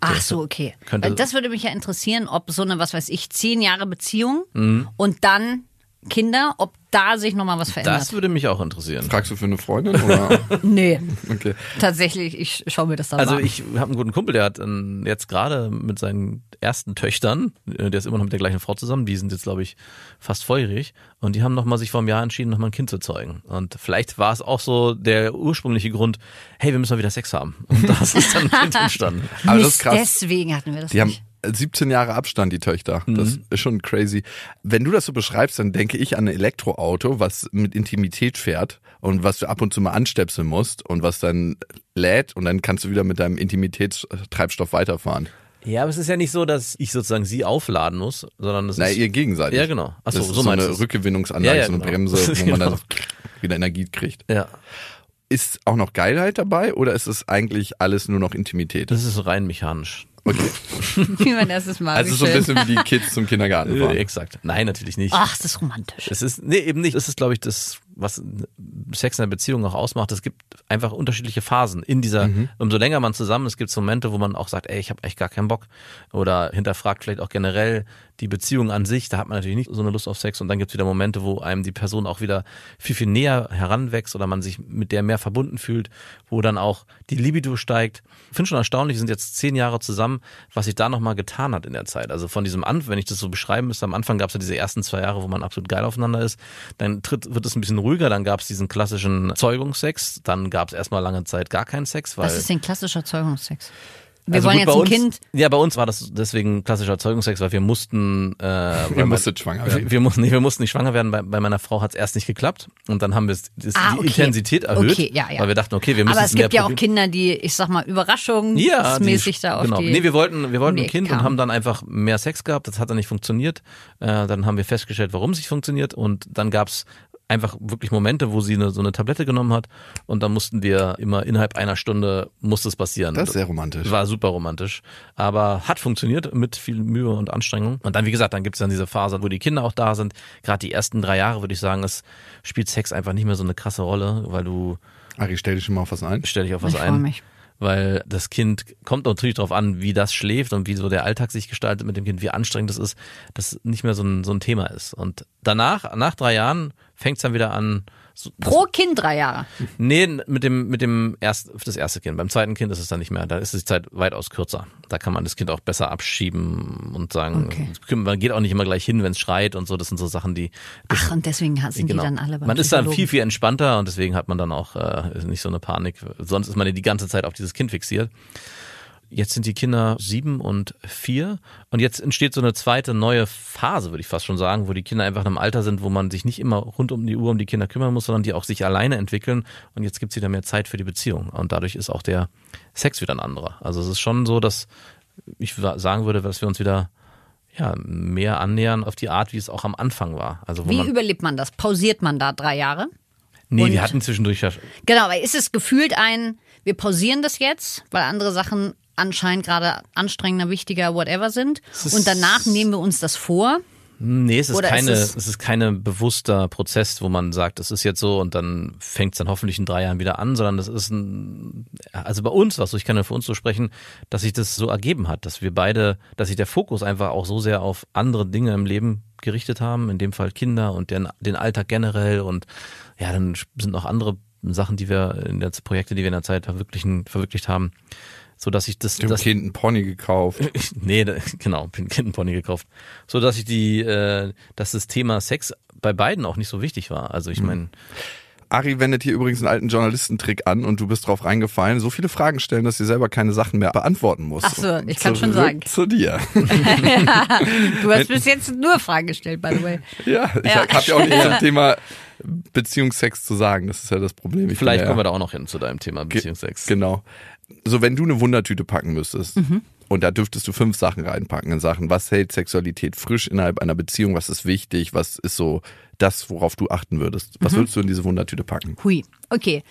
Ach so, okay.
Könnte-
Weil das würde mich ja interessieren, ob so eine, was weiß ich, zehn Jahre Beziehung
Mhm.
und dann Kinder, ob da sich nochmal was verändert.
Das würde mich auch interessieren.
Fragst du für eine Freundin? Oder?
nee,
Okay.
tatsächlich, ich schaue mir das dann
Also
mal an.
ich habe einen guten Kumpel, der hat ähm, jetzt gerade mit seinen ersten Töchtern, äh, der ist immer noch mit der gleichen Frau zusammen, die sind jetzt glaube ich fast volljährig und die haben nochmal sich vor einem Jahr entschieden, nochmal ein Kind zu zeugen. Und vielleicht war es auch so der ursprüngliche Grund, hey, wir müssen mal wieder Sex haben. Und das ist dann ein Kind entstanden.
Aber das ist
Mist,
krass.
deswegen hatten wir das
Die haben
nicht.
17 Jahre Abstand, die Töchter.
Mhm.
Das ist schon crazy. Wenn du das so beschreibst, dann denke ich an ein Elektroauto, was mit Intimität fährt und was du ab und zu mal anstöpseln musst und was dann lädt und dann kannst du wieder mit deinem Intimitätstreibstoff weiterfahren.
Ja, aber es ist ja nicht so, dass ich sozusagen sie aufladen muss, sondern es
Na,
ist...
ihr gegenseitig.
Ja, genau. Ach so,
das ist so
so meinst
eine
du's.
Rückgewinnungsanlage,
Ja, ja,
so eine
genau.
Bremse, wo man dann so
Genau.
wieder Energie kriegt.
ja,
Ist auch noch Geilheit dabei oder ist es eigentlich alles nur noch Intimität?
das ist rein mechanisch.
Okay.
Wie man das ist mal
Also
wie
so ein
schön.
bisschen wie die Kids zum Kindergarten
Äh,
fahren.
exakt. Nein, natürlich nicht.
Ach, das ist romantisch.
Es ist, nee, eben nicht. Es ist, glaube ich, das was Sex in der Beziehung auch ausmacht, es gibt einfach unterschiedliche Phasen in dieser, umso länger man zusammen ist, gibt es Momente, wo man auch sagt, ey, ich habe echt gar keinen Bock oder hinterfragt vielleicht auch generell die Beziehung an sich, da hat man natürlich nicht so eine Lust auf Sex und dann gibt es wieder Momente, wo einem die Person auch wieder viel, viel näher heranwächst oder man sich mit der mehr verbunden fühlt, wo dann auch die Libido steigt. Ich finde schon erstaunlich, wir sind jetzt zehn Jahre zusammen, was sich da nochmal getan hat in der Zeit. Also von diesem Anfang, wenn ich das so beschreiben müsste, am Anfang gab es ja diese ersten zwei Jahre, wo man absolut geil aufeinander ist, dann tritt, wird es ein bisschen ruhiger, dann gab es diesen klassischen Zeugungssex, dann gab es erstmal lange Zeit gar keinen Sex, weil
Was ist denn klassischer Zeugungssex? Wir
also
wollen
gut,
jetzt ein
bei uns,
Kind.
Ja, bei uns war das deswegen klassischer Zeugungssex, weil wir mussten. Äh, weil
Ihr
mein-
musstet schwanger werden.
Wir, wir, mussten, nee, wir mussten nicht schwanger werden. Bei, bei meiner Frau hat es erst nicht geklappt. Und dann haben wir es- das-
Ah,
die
okay.
Intensität erhöht.
Okay, ja, ja.
Weil wir dachten, okay, wir müssen
Aber es
mehr
gibt ja auch
probieren.
Kinder, die, ich sag mal,
Ja, die-
überraschungsmäßig da auf
genau.
die...
Nee, wir wollten, wir wollten ein
Nee,
Kind und
kam.
haben dann einfach mehr Sex gehabt. Das hat dann nicht funktioniert. Äh, dann haben wir festgestellt, warum es nicht funktioniert. Und dann gab's einfach wirklich Momente, wo sie eine, so eine Tablette genommen hat. Und dann mussten wir immer innerhalb einer Stunde musste es passieren.
Das ist sehr romantisch.
War super romantisch. Aber hat funktioniert mit viel Mühe und Anstrengung. Und dann, wie gesagt, dann gibt es dann diese Phase, wo die Kinder auch da sind. Gerade die ersten drei Jahre, würde ich sagen, es spielt Sex einfach nicht mehr so eine krasse Rolle, weil du
Ari, stell dich schon mal auf was ein.
stell dich auf was
Ich freu
ein.
mich.
Weil das Kind kommt natürlich darauf an, wie das schläft und wie so der Alltag sich gestaltet mit dem Kind, wie anstrengend es ist, dass nicht mehr so ein, so ein Thema ist. Und danach, nach drei Jahren, fängt es dann wieder an. So,
Pro Kind drei Jahre.
Nee, mit dem, mit dem erst, das erste Kind. Beim zweiten Kind ist es dann nicht mehr. Da ist die Zeit weitaus kürzer. Da kann man das Kind auch besser abschieben und sagen,
Okay.
man geht auch nicht immer gleich hin, wenn es schreit und so. Das sind so Sachen, die. Das,
Ach, und deswegen sind die dann alle beim
Genau. man ist dann
Psychologen.
viel, viel entspannter und deswegen hat man dann auch äh, nicht so eine Panik. Sonst ist man ja die ganze Zeit auf dieses Kind fixiert. Jetzt sind die Kinder sieben und vier und jetzt entsteht so eine zweite neue Phase, würde ich fast schon sagen, wo die Kinder einfach in einem Alter sind, wo man sich nicht immer rund um die Uhr um die Kinder kümmern muss, sondern die auch sich alleine entwickeln und jetzt gibt's wieder mehr Zeit für die Beziehung und dadurch ist auch der Sex wieder ein anderer. Also es ist schon so, dass ich wa- sagen würde, dass wir uns wieder ja, mehr annähern auf die Art, wie es auch am Anfang war. Also wo
Wie
man,
überlebt man das? Pausiert man da drei Jahre?
nee,
und-
wir hatten zwischendurch ja
Genau, weil ist es gefühlt ein, wir pausieren das jetzt, weil andere Sachen anscheinend gerade anstrengender, wichtiger, whatever sind.
ist-
Und danach nehmen wir uns das vor.
Nee, es ist,
Oder ist
keine,
es-
es ist kein bewusster Prozess, wo man sagt, es ist jetzt so und dann fängt es dann hoffentlich in drei Jahren wieder an, sondern das ist ein, also bei uns was, ich kann ja für uns so sprechen, dass sich das so ergeben hat, dass wir beide, dass sich der Fokus einfach auch so sehr auf andere Dinge im Leben gerichtet haben, in dem Fall Kinder und den, den Alltag generell und ja, dann sind noch andere Sachen, die wir in der Projekte, die wir in der Zeit verwirklichen, verwirklicht haben, so dass ich das,
Dem
das
Kind ein Pony gekauft.
ich, nee, da, genau, bin Kittenpony gekauft. So dass ich die, äh, dass das Thema Sex bei beiden auch nicht so wichtig war. Also
Hm.
ich meine,
Ari wendet hier übrigens einen alten Journalistentrick an und du bist drauf reingefallen. So viele Fragen stellen, dass du selber keine Sachen mehr beantworten musst.
Ach so, ich kann
Zurück
schon sagen.
Zu dir.
Du hast bis jetzt nur Fragen gestellt, by the way.
Ja, ich
Ja.
hab habe ja auch nichts zum Thema Beziehungsex zu sagen. Das ist ja das Problem. Ich
vielleicht
bin ja,
kommen wir da auch noch hin zu deinem Thema Beziehungsex.
Genau. So, wenn du eine Wundertüte packen müsstest
Mhm.
und da dürftest du fünf Sachen reinpacken in Sachen, was hält Sexualität frisch innerhalb einer Beziehung, was ist wichtig, was ist so das, worauf du achten würdest.
Mhm.
Was würdest du in diese Wundertüte packen?
Hui, okay.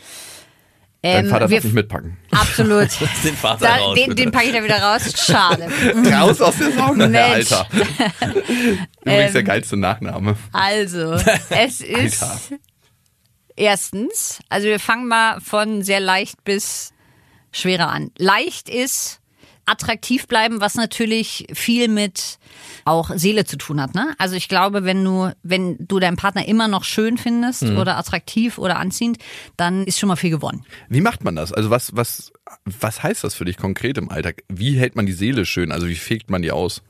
Dein
Ähm,
Vater
wir-
darf nicht mitpacken.
Absolut.
Den Vater
Da,
raus,
den
bitte.
den packe ich da wieder raus. Schade.
Raus aus der Sauna, Herr
Mensch. Ähm.
Alter. Übrigens der geilste Nachname.
Also, es ist
Alter.
erstens, also wir fangen mal von sehr leicht bis schwerer an. Leicht ist attraktiv bleiben, was natürlich viel mit auch Seele zu tun hat. Ne? Also ich glaube, wenn du, wenn du deinen Partner immer noch schön findest oder attraktiv oder anziehend, dann ist schon mal viel gewonnen.
Wie macht man das? Also was, was, was heißt das für dich konkret im Alltag? Wie hält man die Seele schön? Also wie fegt man die aus?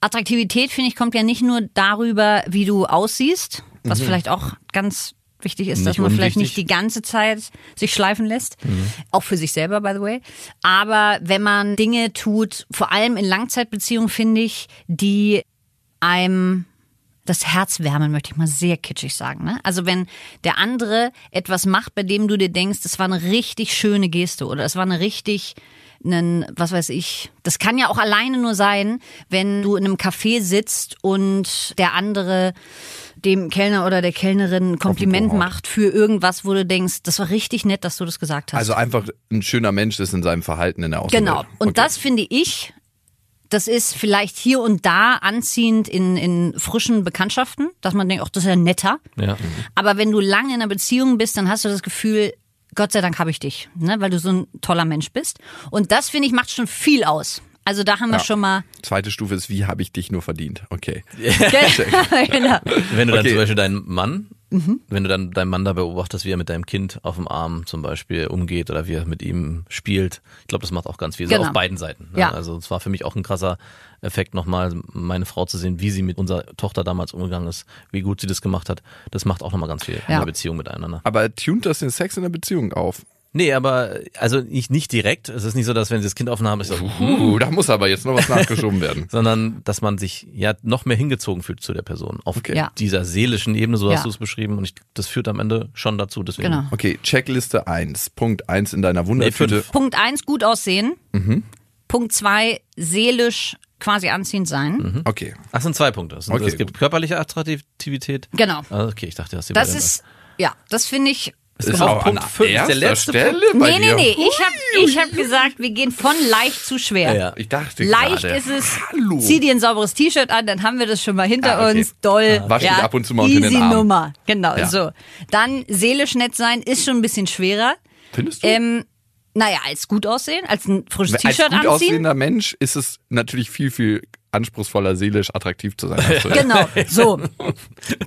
Attraktivität, finde ich, kommt ja nicht nur darüber, wie du aussiehst, was vielleicht auch ganz wichtig ist, dass
Mhm. Nicht
man vielleicht nicht
unwichtig. Mhm.
die ganze Zeit sich schleifen lässt. Auch für sich selber, by the way. Aber wenn man Dinge tut, vor allem in Langzeitbeziehungen, finde ich, die einem das Herz wärmen, möchte ich mal sehr kitschig sagen. Ne? Also wenn der andere etwas macht, bei dem du dir denkst, das war eine richtig schöne Geste oder es war eine richtig, einen, was weiß ich, das kann ja auch alleine nur sein, wenn du in einem Café sitzt und der andere dem Kellner oder der Kellnerin ein Kompliment
Po haut.
macht für irgendwas, wo du denkst, das war richtig nett, dass du das gesagt hast.
Also einfach ein schöner Mensch ist in seinem Verhalten in der Außenwelt.
Genau. Und
Okay.
das finde ich Das ist vielleicht hier und da anziehend in, in frischen Bekanntschaften, dass man denkt, ach, das ist ja netter.
Ja.
Aber wenn du lange in einer Beziehung bist, dann hast du das Gefühl, Gott sei Dank habe ich dich, ne? weil du so ein toller Mensch bist. Und das, finde ich, macht schon viel aus. Also da haben wir
Ja.
schon mal.
Zweite Stufe ist, wie habe ich dich nur verdient? Okay.
genau.
Wenn du dann
Okay.
zum Beispiel deinen Mann,
Mhm.
wenn du dann deinen Mann da beobachtest, wie er mit deinem Kind auf dem Arm zum Beispiel umgeht oder wie er mit ihm spielt, ich glaube, das macht auch ganz viel. So
Genau.
auf beiden Seiten. Ne?
Ja.
Also es war für mich auch ein krasser Effekt, nochmal meine Frau zu sehen, wie sie mit unserer Tochter damals umgegangen ist, wie gut sie das gemacht hat. Das macht auch nochmal ganz viel in
Ja.
der Beziehung miteinander.
Aber tunt das den Sex in der Beziehung auf?
Nee, aber also nicht, nicht direkt. Es ist nicht so, dass wenn sie das Kind offen haben, ist so,
Uh, da muss aber jetzt noch was nachgeschoben werden.
sondern dass man sich ja noch mehr hingezogen fühlt zu der Person. Auf
Ja.
dieser seelischen Ebene, so hast
Ja.
du es beschrieben. Und ich, das führt am Ende schon dazu. Deswegen
Genau.
Okay, Checkliste 1. Punkt 1 in deiner
Nee,
Wundertüte.
fünf.
Punkt eins gut aussehen.
Mhm.
Punkt zwei seelisch quasi anziehend sein.
okay.
Ach, sind zwei Punkte. Es, sind,
Okay,
es gibt körperliche Attraktivität.
Genau.
Ah, Okay, ich dachte, das,
ne?
die
Das
beiden-
ist, ja, das finde ich.
Ist auch Punkt fünf, ist der
erster
letzte
Stelle bei
Nee, nee,
dir.
nee. Ich habe ich hab gesagt, wir gehen von leicht zu schwer.
Ja, ja.
Ich dachte
Leicht
gerade.
ist es,
Hallo.
zieh dir ein sauberes T-Shirt an, dann haben wir das schon mal hinter
Ah, okay.
uns. Doll.
Wasch dich
ja,
ab und zu mal
Easy
unter den Arm.
Nummer. Genau,
Ja.
so. Dann seelisch nett sein ist schon ein bisschen schwerer.
Findest du?
Ähm, naja, als gut aussehen, als ein frisches
Als
T-Shirt
gut
anziehen.
aussehender Mensch ist es natürlich viel, viel anspruchsvoller, seelisch attraktiv zu sein. als du.
Genau, so.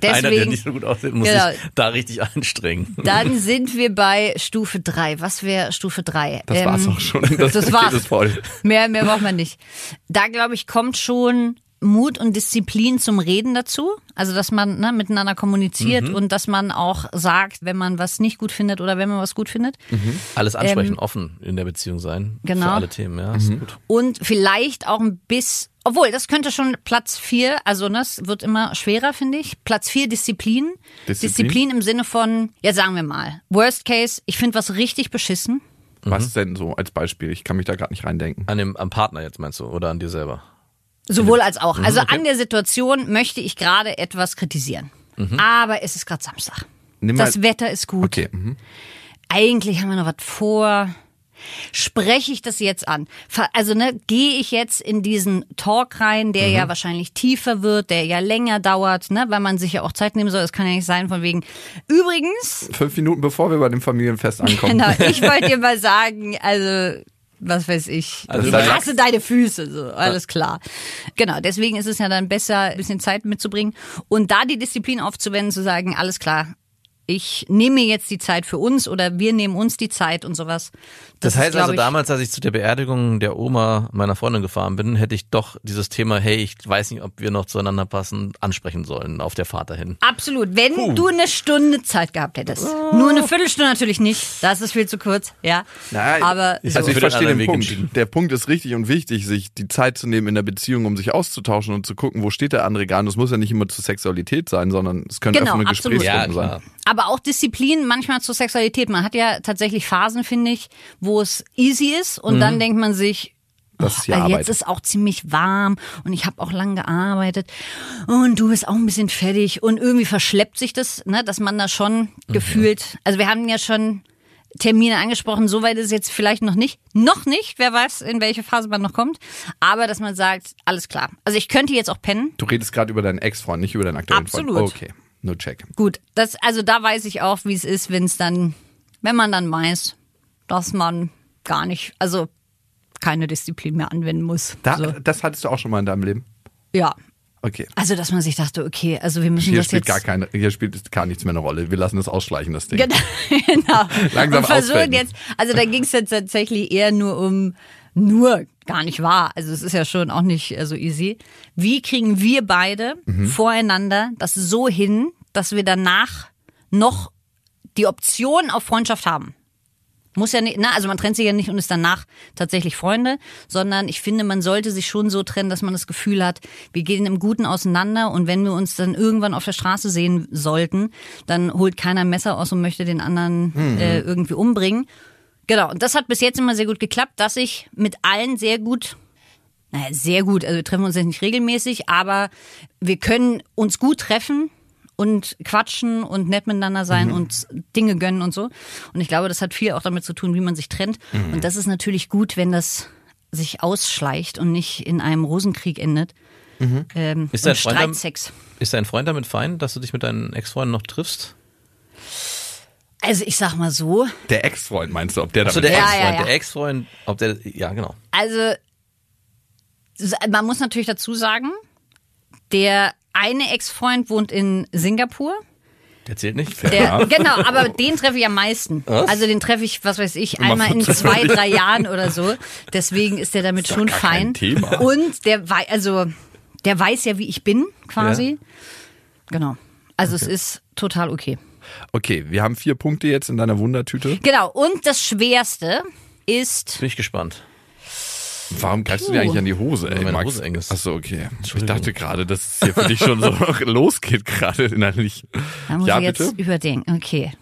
einer, der
Deswegen,
nicht so gut aussieht, muss
Genau.
sich da richtig anstrengen.
dann sind wir bei Stufe 3. Was wäre Stufe 3?
Das war's auch schon. Das,
Ähm, das
Paket
war's. Mhm.
ist voll.
Mehr, mehr braucht man nicht. Da, glaube ich, kommt schon Mut und Disziplin zum Reden dazu. Also, dass man ne, miteinander kommuniziert und dass man auch sagt, wenn man was nicht gut findet oder wenn man was gut findet.
Alles ansprechen, offen in der Beziehung
Ähm.
sein.
Genau.
Für alle Themen, ja.
Mhm.
Ist gut.
Und vielleicht auch ein bisschen, obwohl, das könnte schon Platz 4, also ne, das wird immer schwerer, finde ich. Platz 4, Disziplin.
Disziplin?
Disziplin im Sinne von, jetzt sagen wir mal, Worst Case, ich finde was richtig beschissen.
Was denn so als Beispiel? Ich kann mich da gerade nicht reindenken.
An dem, am Partner jetzt meinst du oder an dir selber?
Sowohl als auch.
Mhm,
Also an der Situation möchte ich gerade etwas kritisieren. Aber es ist gerade Samstag.
Mhm. Nimm mal-
das Wetter ist gut.
Okay. mhm.
Eigentlich haben wir noch was vor. Spreche ich das jetzt an? Ver- Also ne, gehe ich jetzt in diesen Talk rein, der
Mhm.
ja wahrscheinlich tiefer wird, der ja länger dauert, ne, weil man sich ja auch Zeit nehmen soll. Es kann ja nicht sein von wegen. Übrigens,
Fünf Minuten bevor wir bei dem Familienfest ankommen.
genau, ich wollte dir mal sagen, also was weiß ich,
Also
ich
du
hasse deine Füße, so alles klar. Genau, deswegen ist es ja dann besser, ein bisschen Zeit mitzubringen und da die Disziplin aufzuwenden, zu sagen, alles klar. Ich nehme mir jetzt die Zeit für uns oder wir nehmen uns die Zeit und sowas.
Das,
ist,
heißt
glaub
also,
ich,
damals, als ich zu der Beerdigung der Oma meiner Freundin gefahren bin, hätte ich doch dieses Thema, hey, ich weiß nicht, ob wir noch zueinander passen, ansprechen sollen auf der Fahrt dahin.
Absolut. Wenn du eine Stunde Zeit gehabt hättest. Nur
Ah.
eine Viertelstunde natürlich nicht. Das ist viel zu kurz, ja.
Nein,
Aber
ich
so.
also ich
Für den
verstehe den
anderen Weg
Punkt.
entschieden.
Der Punkt ist richtig und wichtig, sich die Zeit zu nehmen in der Beziehung, um sich auszutauschen und zu gucken, wo steht der andere gerade. Und es muss ja nicht immer zur Sexualität sein, sondern es können
Genau,
offene
absolut.
Gesprächsrunden
Ja,
sein.
klar.
Aber auch Disziplin manchmal zur Sexualität. Man hat ja tatsächlich Phasen, finde ich, wo es easy ist und dann denkt man sich,
Mhm. Das ist ja
weil
Arbeit.
jetzt ist auch ziemlich warm und ich habe auch lang gearbeitet und du bist auch ein bisschen fertig und irgendwie verschleppt sich das, ne, dass man da
Mhm.
schon gefühlt, also wir haben ja schon Termine angesprochen, soweit ist es jetzt vielleicht noch nicht, noch nicht, wer weiß, in welche Phase man noch kommt, aber dass man sagt, alles klar. Also ich könnte jetzt auch pennen,
du redest gerade über deinen Ex-Freund, nicht über deinen aktuellen Freund.
Absolut.
Okay, nur check.
Gut, das, also da weiß ich auch, wie es ist, wenn es dann, wenn man dann weiß, dass man gar nicht, also keine Disziplin mehr anwenden muss.
Da,
so.
Das hattest du auch schon mal in deinem Leben?
Ja.
Okay.
Also, dass man sich dachte, okay, also wir müssen
Hier
das
spielt,
jetzt.
gar keine, hier spielt gar nichts mehr eine Rolle. Wir lassen es ausschleichen, das Ding.
Genau. genau.
Langsam
und versuchen
ausfällen.
jetzt, also da ging es jetzt tatsächlich eher nur um nur gar nicht wahr. Also es ist ja schon auch nicht äh, so easy. Wie kriegen wir beide
Mhm.
voreinander das so hin, dass wir danach noch die Option auf Freundschaft haben? Muss ja nicht, na, also man trennt sich ja nicht und ist danach tatsächlich Freunde, sondern ich finde, man sollte sich schon so trennen, dass man das Gefühl hat, wir gehen im Guten auseinander und wenn wir uns dann irgendwann auf der Straße sehen sollten, dann holt keiner ein Messer aus und möchte den anderen äh, irgendwie umbringen. Genau, und das hat bis jetzt immer sehr gut geklappt, dass ich mit allen sehr gut, naja, sehr gut, also wir treffen uns jetzt nicht regelmäßig, aber wir können uns gut treffen und quatschen und nett miteinander
Mhm.
sein und Dinge
Mhm.
gönnen und so. Und ich glaube, das hat viel auch damit zu tun, wie man sich trennt. Und das ist natürlich gut, wenn das sich ausschleicht und nicht in einem Rosenkrieg endet. Ähm,
Mhm. Ist
und
dein Freund am-
Streitsex.
Ist dein Freund damit fein, dass du dich mit deinen Ex-Freunden noch triffst?
Also ich sag mal so,
Der Ex-Freund meinst du, ob der da
Achso, der
Ja,
Ex-Freund.
ja, ja.
Der Ex-Freund, ob der, ja, genau.
Also, s- man muss natürlich dazu sagen, der eine Ex-Freund wohnt in Singapur.
Der zählt nicht.
Der,
Ja.
Genau, aber den treffe ich am meisten. Also den treffe ich, was weiß ich, einmal in zwei, drei Jahren oder so. Deswegen ist der damit
Ist doch
schon
gar kein
fein.
Thema.
Und der weiß, also der weiß ja, wie ich bin, quasi. Genau. Also es ist total okay.
Okay, wir haben vier Punkte jetzt in deiner Wundertüte.
Genau. Und das Schwerste ist
Bin ich gespannt.
Warum greifst du dir eigentlich an die Hose, ey,
meine
Max?
Hose eng ist.
Achso, okay. Ich dachte gerade, dass es hier für dich schon so losgeht gerade innerlich.
Da muss
Ja,
ich jetzt
bitte?
überdenken. Okay.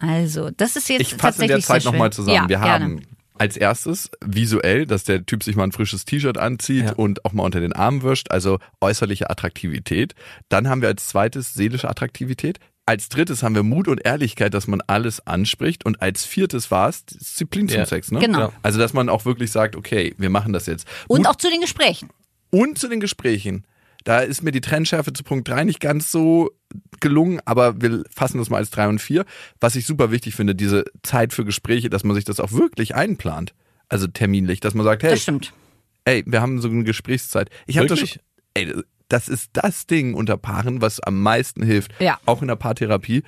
Also, das ist jetzt
Ich fasse in
tatsächlich
der Zeit
sehr schwer.
nochmal zusammen.
Ja,
wir
gerne.
haben als erstes visuell, dass der Typ sich mal ein frisches T-Shirt anzieht
Ja.
und auch mal unter den Arm wischt, also äußerliche Attraktivität. Dann haben wir als zweites seelische Attraktivität. Als drittes haben wir Mut und Ehrlichkeit, dass man alles anspricht. Und als viertes war es Disziplin zum
Ja.
Sex, ne?
Genau.
Also, dass man auch wirklich sagt, okay, wir machen das jetzt.
Und
Mut
auch zu den Gesprächen.
und zu den Gesprächen. Da ist mir die Trennschärfe zu Punkt 3 nicht ganz so gelungen, aber wir fassen das mal als 3 und 4. Was ich super wichtig finde, diese Zeit für Gespräche, dass man sich das auch wirklich einplant. Also terminlich, dass man sagt, hey,
Das stimmt.
ey, wir haben so eine Gesprächszeit. Ich habe das schon,
Wirklich?
ey, das ist das Ding unter Paaren, was am meisten hilft.
Ja.
Auch in der Paartherapie.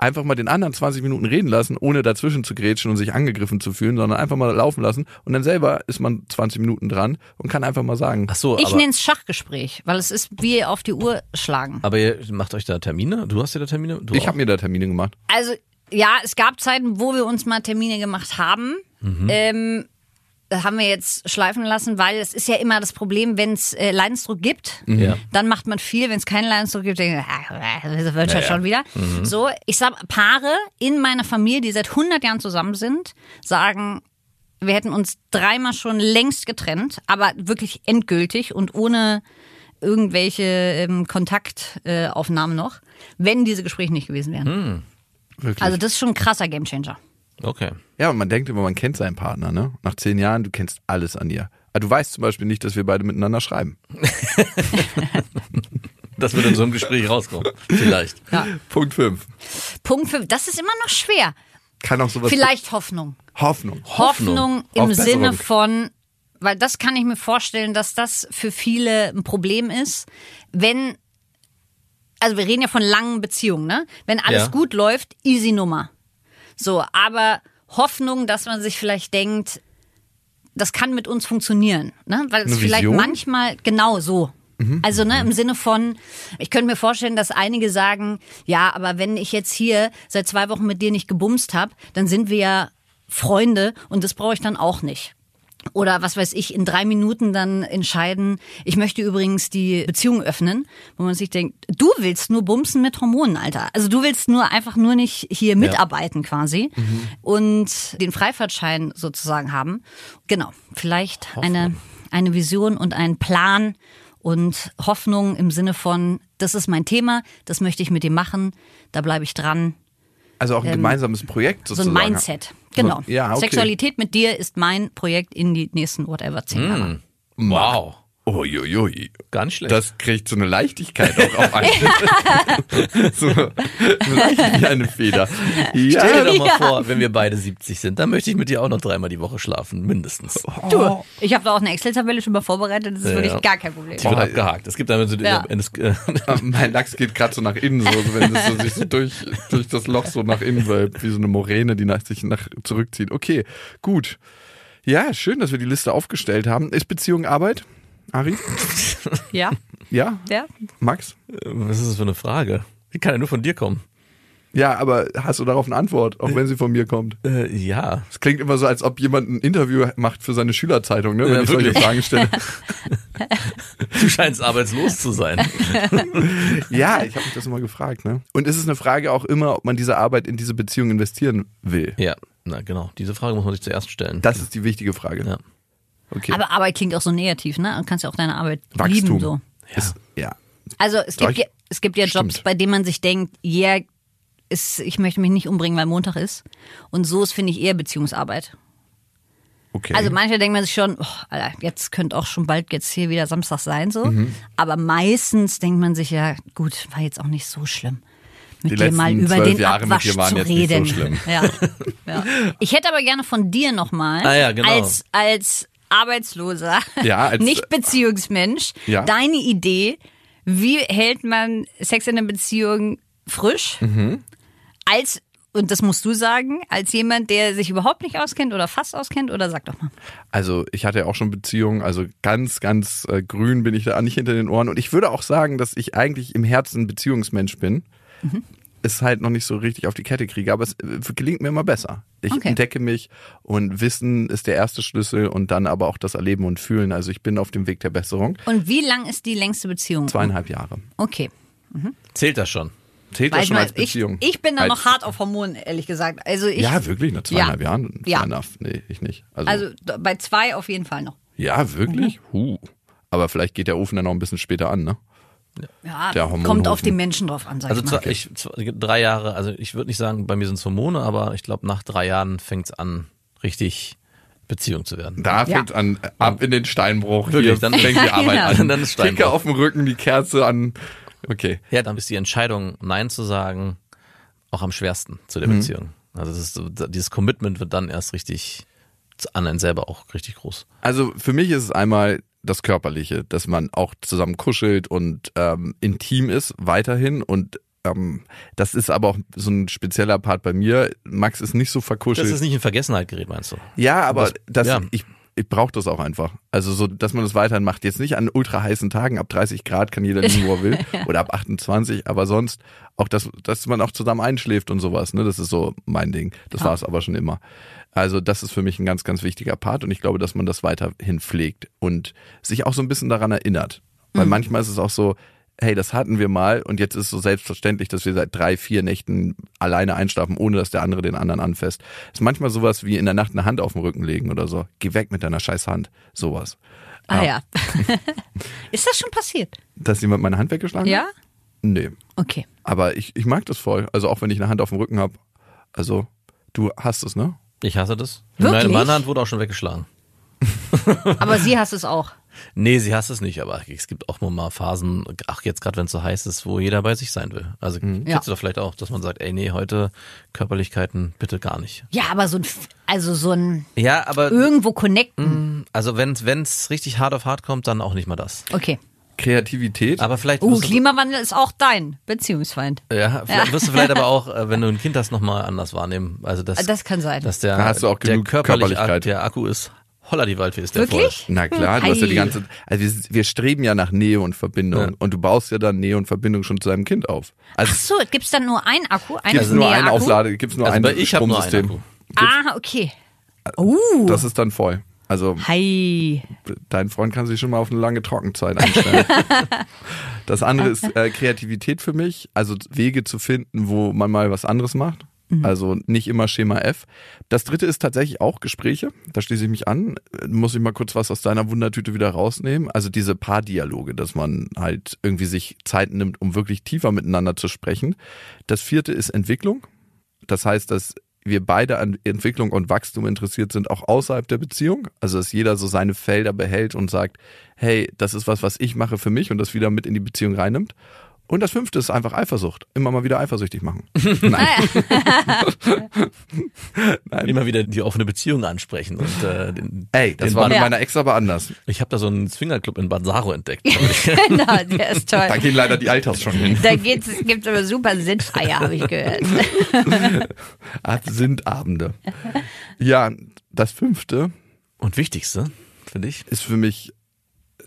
Einfach mal den anderen 20 Minuten reden lassen, ohne dazwischen zu grätschen und sich angegriffen zu fühlen, sondern einfach mal laufen lassen. Und dann selber ist man 20 Minuten dran und kann einfach mal sagen,
Ach so,
Ich
aber,
nenne es Schachgespräch, weil es ist wie auf die Uhr schlagen.
aber ihr macht euch da Termine? Du hast dir da Termine? Du
ich
auch?
habe mir da Termine gemacht.
Also, ja, es gab Zeiten, wo wir uns mal Termine gemacht haben. Ähm, das haben wir jetzt schleifen lassen, weil es ist ja immer das Problem, wenn es äh, Leidensdruck gibt,
Ja.
dann macht man viel. Wenn es keinen Leidensdruck gibt, denkt man, ah, das wird ja Mhm. schon wieder. So, ich sag, Paare in meiner Familie, die seit 100 Jahren zusammen sind, sagen, wir hätten uns dreimal schon längst getrennt, aber wirklich endgültig und ohne irgendwelche ähm, Kontaktaufnahmen äh, Aufnahmen noch, wenn diese Gespräche nicht gewesen wären.
Wirklich.
Also das ist schon ein krasser Gamechanger.
Okay.
ja, und man denkt immer, man kennt seinen Partner, ne? Nach zehn Jahren, du kennst alles an ihr. Aber du weißt zum Beispiel nicht, dass wir beide miteinander schreiben.
Das wird in so einem Gespräch rauskommen. Vielleicht.
Punkt 5.
Punkt 5, das ist immer noch schwer.
Kann auch sowas.
Vielleicht Hoffnung.
Hoffnung.
Hoffnung,
Auf
im
Besserung.
Sinne von, weil das kann ich mir vorstellen, dass das für viele ein Problem ist, wenn, also wir reden ja von langen Beziehungen, ne? Wenn alles
Ja.
gut läuft, easy Nummer. So, aber Hoffnung, dass man sich vielleicht denkt, das kann mit uns funktionieren, ne? Weil es
Eine
vielleicht
Vision? Mhm.
manchmal genau so. Also ne, im Sinne von, ich könnte mir vorstellen, dass einige sagen, ja, aber wenn ich jetzt hier seit zwei Wochen mit dir nicht gebumst habe, dann sind wir ja Freunde und das brauche ich dann auch nicht. Oder was weiß ich, in drei Minuten dann entscheiden, ich möchte übrigens die Beziehung öffnen, wo man sich denkt, du willst nur bumsen mit Hormonen, Alter. Also du willst nur einfach nur nicht hier mitarbeiten quasi
Mhm.
und den Freifahrtschein sozusagen haben. Genau, vielleicht eine, eine Vision und einen Plan und Hoffnung im Sinne von, das ist mein Thema, das möchte ich mit dir machen, da bleibe ich dran.
Also auch ein gemeinsames Projekt
ähm, So
sozusagen.
ein Mindset. Genau.
So, ja, okay.
Sexualität mit dir ist mein Projekt in die nächsten whatever zehn
Mhm.
Jahre.
Wow.
Uiuiui.
Gar nicht schlecht.
Das kriegt so eine Leichtigkeit auch auf einen. so, so leicht wie eine Feder.
Stell dir
Ja.
doch mal vor, wenn wir beide 70 sind, dann möchte ich mit dir auch noch dreimal die Woche schlafen, mindestens.
Du, Oh, ich habe da auch eine Excel-Tabelle schon mal vorbereitet, das ist
Ja, ja.
wirklich gar kein Problem.
Die wird abgehakt. Es gibt damit so
Ja.
es, äh,
Ah, Mein Lachs geht gerade so nach innen, so, so wenn es so sich so durch, durch das Loch so nach innen wölbt, wie so eine Moräne, die nach, sich nach zurückzieht. Okay, gut. Ja, schön, dass wir die Liste aufgestellt haben. Ist Beziehung Arbeit? Ari?
Oh, Ja,
Ja?
ja.
Max?
Was ist das für eine Frage? Die kann ja nur von dir kommen.
Ja, aber hast du darauf eine Antwort, auch wenn sie von mir kommt?
Äh, ja.
Es klingt immer so, als ob jemand ein Interview macht für seine Schülerzeitung, ne? wenn
Ja,
ich solche
wirklich.
Fragen stelle.
Du scheinst arbeitslos zu sein.
ja, ich habe mich das immer gefragt. Ne? Und ist es eine Frage auch immer, ob man diese Arbeit in diese Beziehung investieren will?
Ja, na genau. Diese Frage muss man sich zuerst stellen.
Das ist die wichtige Frage.
Ja.
Okay.
Aber Arbeit klingt auch so negativ, ne? Du kannst ja auch deine Arbeit
Wachstum.
lieben. So.
Ist, ja.
Also es gibt,
Gleich-
ja, es gibt ja Jobs,
Stimmt.
bei denen man sich denkt, ja, ist, ich möchte mich nicht umbringen, weil Montag ist. Und so ist, finde ich, eher Beziehungsarbeit.
Okay.
Also manche denken man sich schon, oh, Alter, jetzt könnte auch schon bald jetzt hier wieder Samstag sein so.
Mhm.
Aber meistens denkt man sich ja, gut, war jetzt auch nicht so schlimm. Mit
Die
dir mal
letzten
über
zwölf
den
Jahre mit
Abwasch
dir waren
zu
jetzt nicht so
reden.
schlimm.
Ja, ja. Ich hätte aber gerne von dir nochmal
Ah ja, genau.
als als Arbeitsloser,
Ja, als-
nicht Beziehungsmensch,
Ja.
deine Idee, wie hält man Sex in einer Beziehung frisch?
Mhm.
Als und das musst du sagen, als jemand, der sich überhaupt nicht auskennt oder fast auskennt, oder sag doch mal.
Also ich hatte ja auch schon Beziehungen, also ganz, ganz äh, grün bin ich da nicht hinter den Ohren. Und ich würde auch sagen, dass ich eigentlich im Herzen ein Beziehungsmensch bin.
Mhm.
Es halt noch nicht so richtig auf die Kette kriege, aber es äh, gelingt mir immer besser. Ich
Okay.
entdecke mich und Wissen ist der erste Schlüssel und dann aber auch das Erleben und Fühlen. Also ich bin auf dem Weg der Besserung.
Und wie lang ist die längste Beziehung?
Zweieinhalb Jahre.
Okay.
Zählt das schon?
Zählt
Weil
das
ich,
schon
mal,
als
ich,
Beziehung?
ich bin da
Als-
noch hart auf Hormonen, ehrlich gesagt. Also ich,
Ja, wirklich, ne? nach zweieinhalb
Ja.
Jahren?
Ja.
Fair enough. Nee, ich nicht. Also,
Also d- bei zwei auf jeden Fall noch.
ja, wirklich?
Mhm.
Huh. Aber vielleicht geht der Ofen dann noch ein bisschen später an, ne?
Ja,
Der
kommt auf
Hormonhofen.
den Menschen drauf an, sag
Also
ich mal.
zwei, ich, zwei, drei Jahre, also ich würde nicht sagen, bei mir sind es Hormone, aber ich glaube, nach drei Jahren fängt es an, richtig Beziehung zu werden.
Da
Ja.
fängt's an, ab in den Steinbruch. Hier
Wirklich, dann-
fängt die Arbeit
Ja.
an.
Dann ist Steinbruch.
Ticker auf dem Rücken, die Kerze an. Okay.
Ja, dann ist die Entscheidung, Nein zu sagen, auch am schwersten zu
Mhm.
der Beziehung. Also das ist, so- dieses Commitment wird dann erst richtig zu- an einen selber auch richtig groß.
Also für mich ist es einmal das Körperliche, dass man auch zusammen kuschelt und ähm, intim ist weiterhin und ähm, das ist aber auch so ein spezieller Part bei mir. Max ist nicht so verkuschelt.
Das ist nicht in Vergessenheit gerät, meinst du?
Ja, aber
Das-
das,
ja.
ich, ich brauche das auch einfach. Also so, dass man das weiterhin macht. Jetzt nicht an ultra heißen Tagen, ab 30 Grad kann jeder liegen, wo er will. Oder ab 28, aber sonst auch, das, dass man auch zusammen einschläft und sowas. Ne? Das ist so mein Ding. Das war es aber schon immer. Also das ist für mich ein ganz, ganz wichtiger Part und ich glaube, dass man das weiterhin pflegt und sich auch so ein bisschen daran erinnert. Weil
Mhm.
manchmal ist es auch so, hey, das hatten wir mal und jetzt ist so selbstverständlich, dass wir seit drei, vier Nächten alleine einschlafen, ohne dass der andere den anderen anfasst. Ist manchmal sowas wie in der Nacht eine Hand auf den Rücken legen oder so. Geh weg mit deiner scheiß Hand. Sowas. Ähm,
ah ja. ist das schon passiert?
Dass jemand meine Hand weggeschlagen
Ja?
hat? Nee.
Okay.
Aber ich, ich mag das voll. Also auch wenn ich eine Hand auf dem Rücken habe. Also, du hast es, ne?
Ich hasse das.
Wirklich?
Meine, meine Hand wurde auch schon weggeschlagen.
Aber sie hasst es auch.
Nee, sie hasst es nicht, aber es gibt auch mal Phasen, ach jetzt gerade wenn es so heiß ist, wo jeder bei sich sein will. Also kennst
Ja.
du doch vielleicht auch, dass man sagt, ey nee, heute Körperlichkeiten bitte gar nicht.
Ja, aber so ein, F- also so ein
Ja, aber
irgendwo connecten.
also wenn es richtig hart auf hart kommt, dann auch nicht mal das.
Okay.
Kreativität.
Aber vielleicht,
Uh,
wirst, du,
Klimawandel ist auch dein Beziehungsfeind.
ja, vielleicht wirst du vielleicht aber auch, äh, wenn du ein Kind hast, nochmal anders wahrnehmen. Also das,
Das kann sein.
Dass der,
Da hast du auch
der
genug
körperliche
Körperlichkeit.
Ak- Der Akku ist holla die Waldfee ist der
Wirklich?
Na klar, du hast ja die
Ei.
ganze Also wir, wir streben ja nach Nähe und Verbindung.
Ja.
Und du baust ja dann Nähe und Verbindung schon zu deinem Kind auf. Also
Ach so, gibt's dann nur einen Akku? Einen
Gibt es nur eine
Näher-Akku?
Auflade, gibt es nur
Also
ein
bei ich hab nur einen
Stromsystem.
Akku.
Ah, okay. Uh,
Das ist dann voll. Also
hi.
dein Freund kann sich schon mal auf eine lange Trockenzeit einstellen. das andere ist äh, Kreativität für mich, also Wege zu finden, wo man mal was anderes macht. Also nicht immer Schema F. Das dritte ist tatsächlich auch Gespräche. Da schließe ich mich an. Äh, Muss ich mal kurz was aus deiner Wundertüte wieder rausnehmen? Also diese Paardialoge, dass man halt irgendwie sich Zeit nimmt, um wirklich tiefer miteinander zu sprechen. Das vierte ist Entwicklung. Das heißt, dass wir beide an Entwicklung und Wachstum interessiert sind, auch außerhalb der Beziehung. Also, dass jeder so seine Felder behält und sagt, hey, das ist was, was ich mache für mich und das wieder mit in die Beziehung reinnimmt. Und das fünfte ist einfach Eifersucht. Immer mal wieder eifersüchtig machen. Nein.
Vorteil. Immer wieder die offene Beziehung ansprechen und äh, den,
Ey, das
den
war
Band-
mit
Ja.
meiner Ex aber anders.
Ich habe da so einen Swingerclub in Banzaro entdeckt.
genau, der ist toll.
Da gehen leider die Alters schon hin.
Da geht's, es gibt aber super Sitzfeier, habe ich gehört.
Art sind Abende. Ja, das fünfte
Und wichtigste für dich?
ist für mich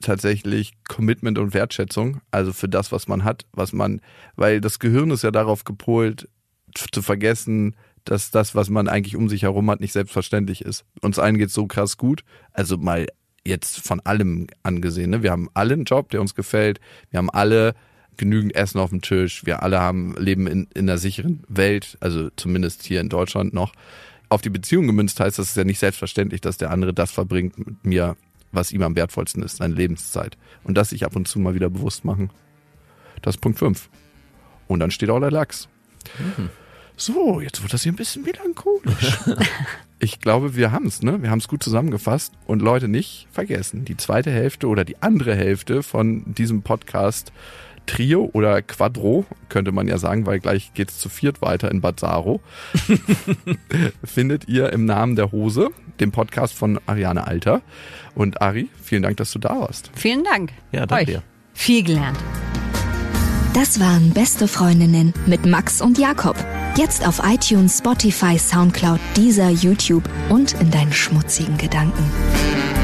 tatsächlich Commitment und Wertschätzung, also für das, was man hat, was man, weil das Gehirn ist ja darauf gepolt, t- zu vergessen, dass das, was man eigentlich um sich herum hat, nicht selbstverständlich ist. Uns allen geht's so krass gut, also mal jetzt von allem angesehen. Ne? Wir haben alle einen Job, der uns gefällt, wir haben alle genügend Essen auf dem Tisch, wir alle haben leben in, in einer sicheren Welt, also zumindest hier in Deutschland noch. Auf die Beziehung gemünzt heißt das ist ja nicht selbstverständlich, dass der andere das verbringt mit mir, was ihm am wertvollsten ist, seine Lebenszeit. Und das sich ab und zu mal wieder bewusst machen. Das ist Punkt 5. Und dann steht auch der Lachs. So, jetzt wird das hier ein bisschen melancholisch. ich glaube, wir haben's, ne? Wir haben's gut zusammengefasst. Und Leute, nicht vergessen, die zweite Hälfte oder die andere Hälfte von diesem Podcast Trio oder Quadro, könnte man ja sagen, weil gleich geht's zu viert weiter in Bazzaro, findet ihr im Namen der Hose, dem Podcast von Ariane Alter. Und Ari, vielen Dank, dass du da warst.
Vielen Dank.
Ja, danke
Euch.
dir.
Viel gelernt.
Das waren Beste Freundinnen mit Max und Jakob. Jetzt auf iTunes, Spotify, Soundcloud, Deezer, YouTube und in deinen schmutzigen Gedanken.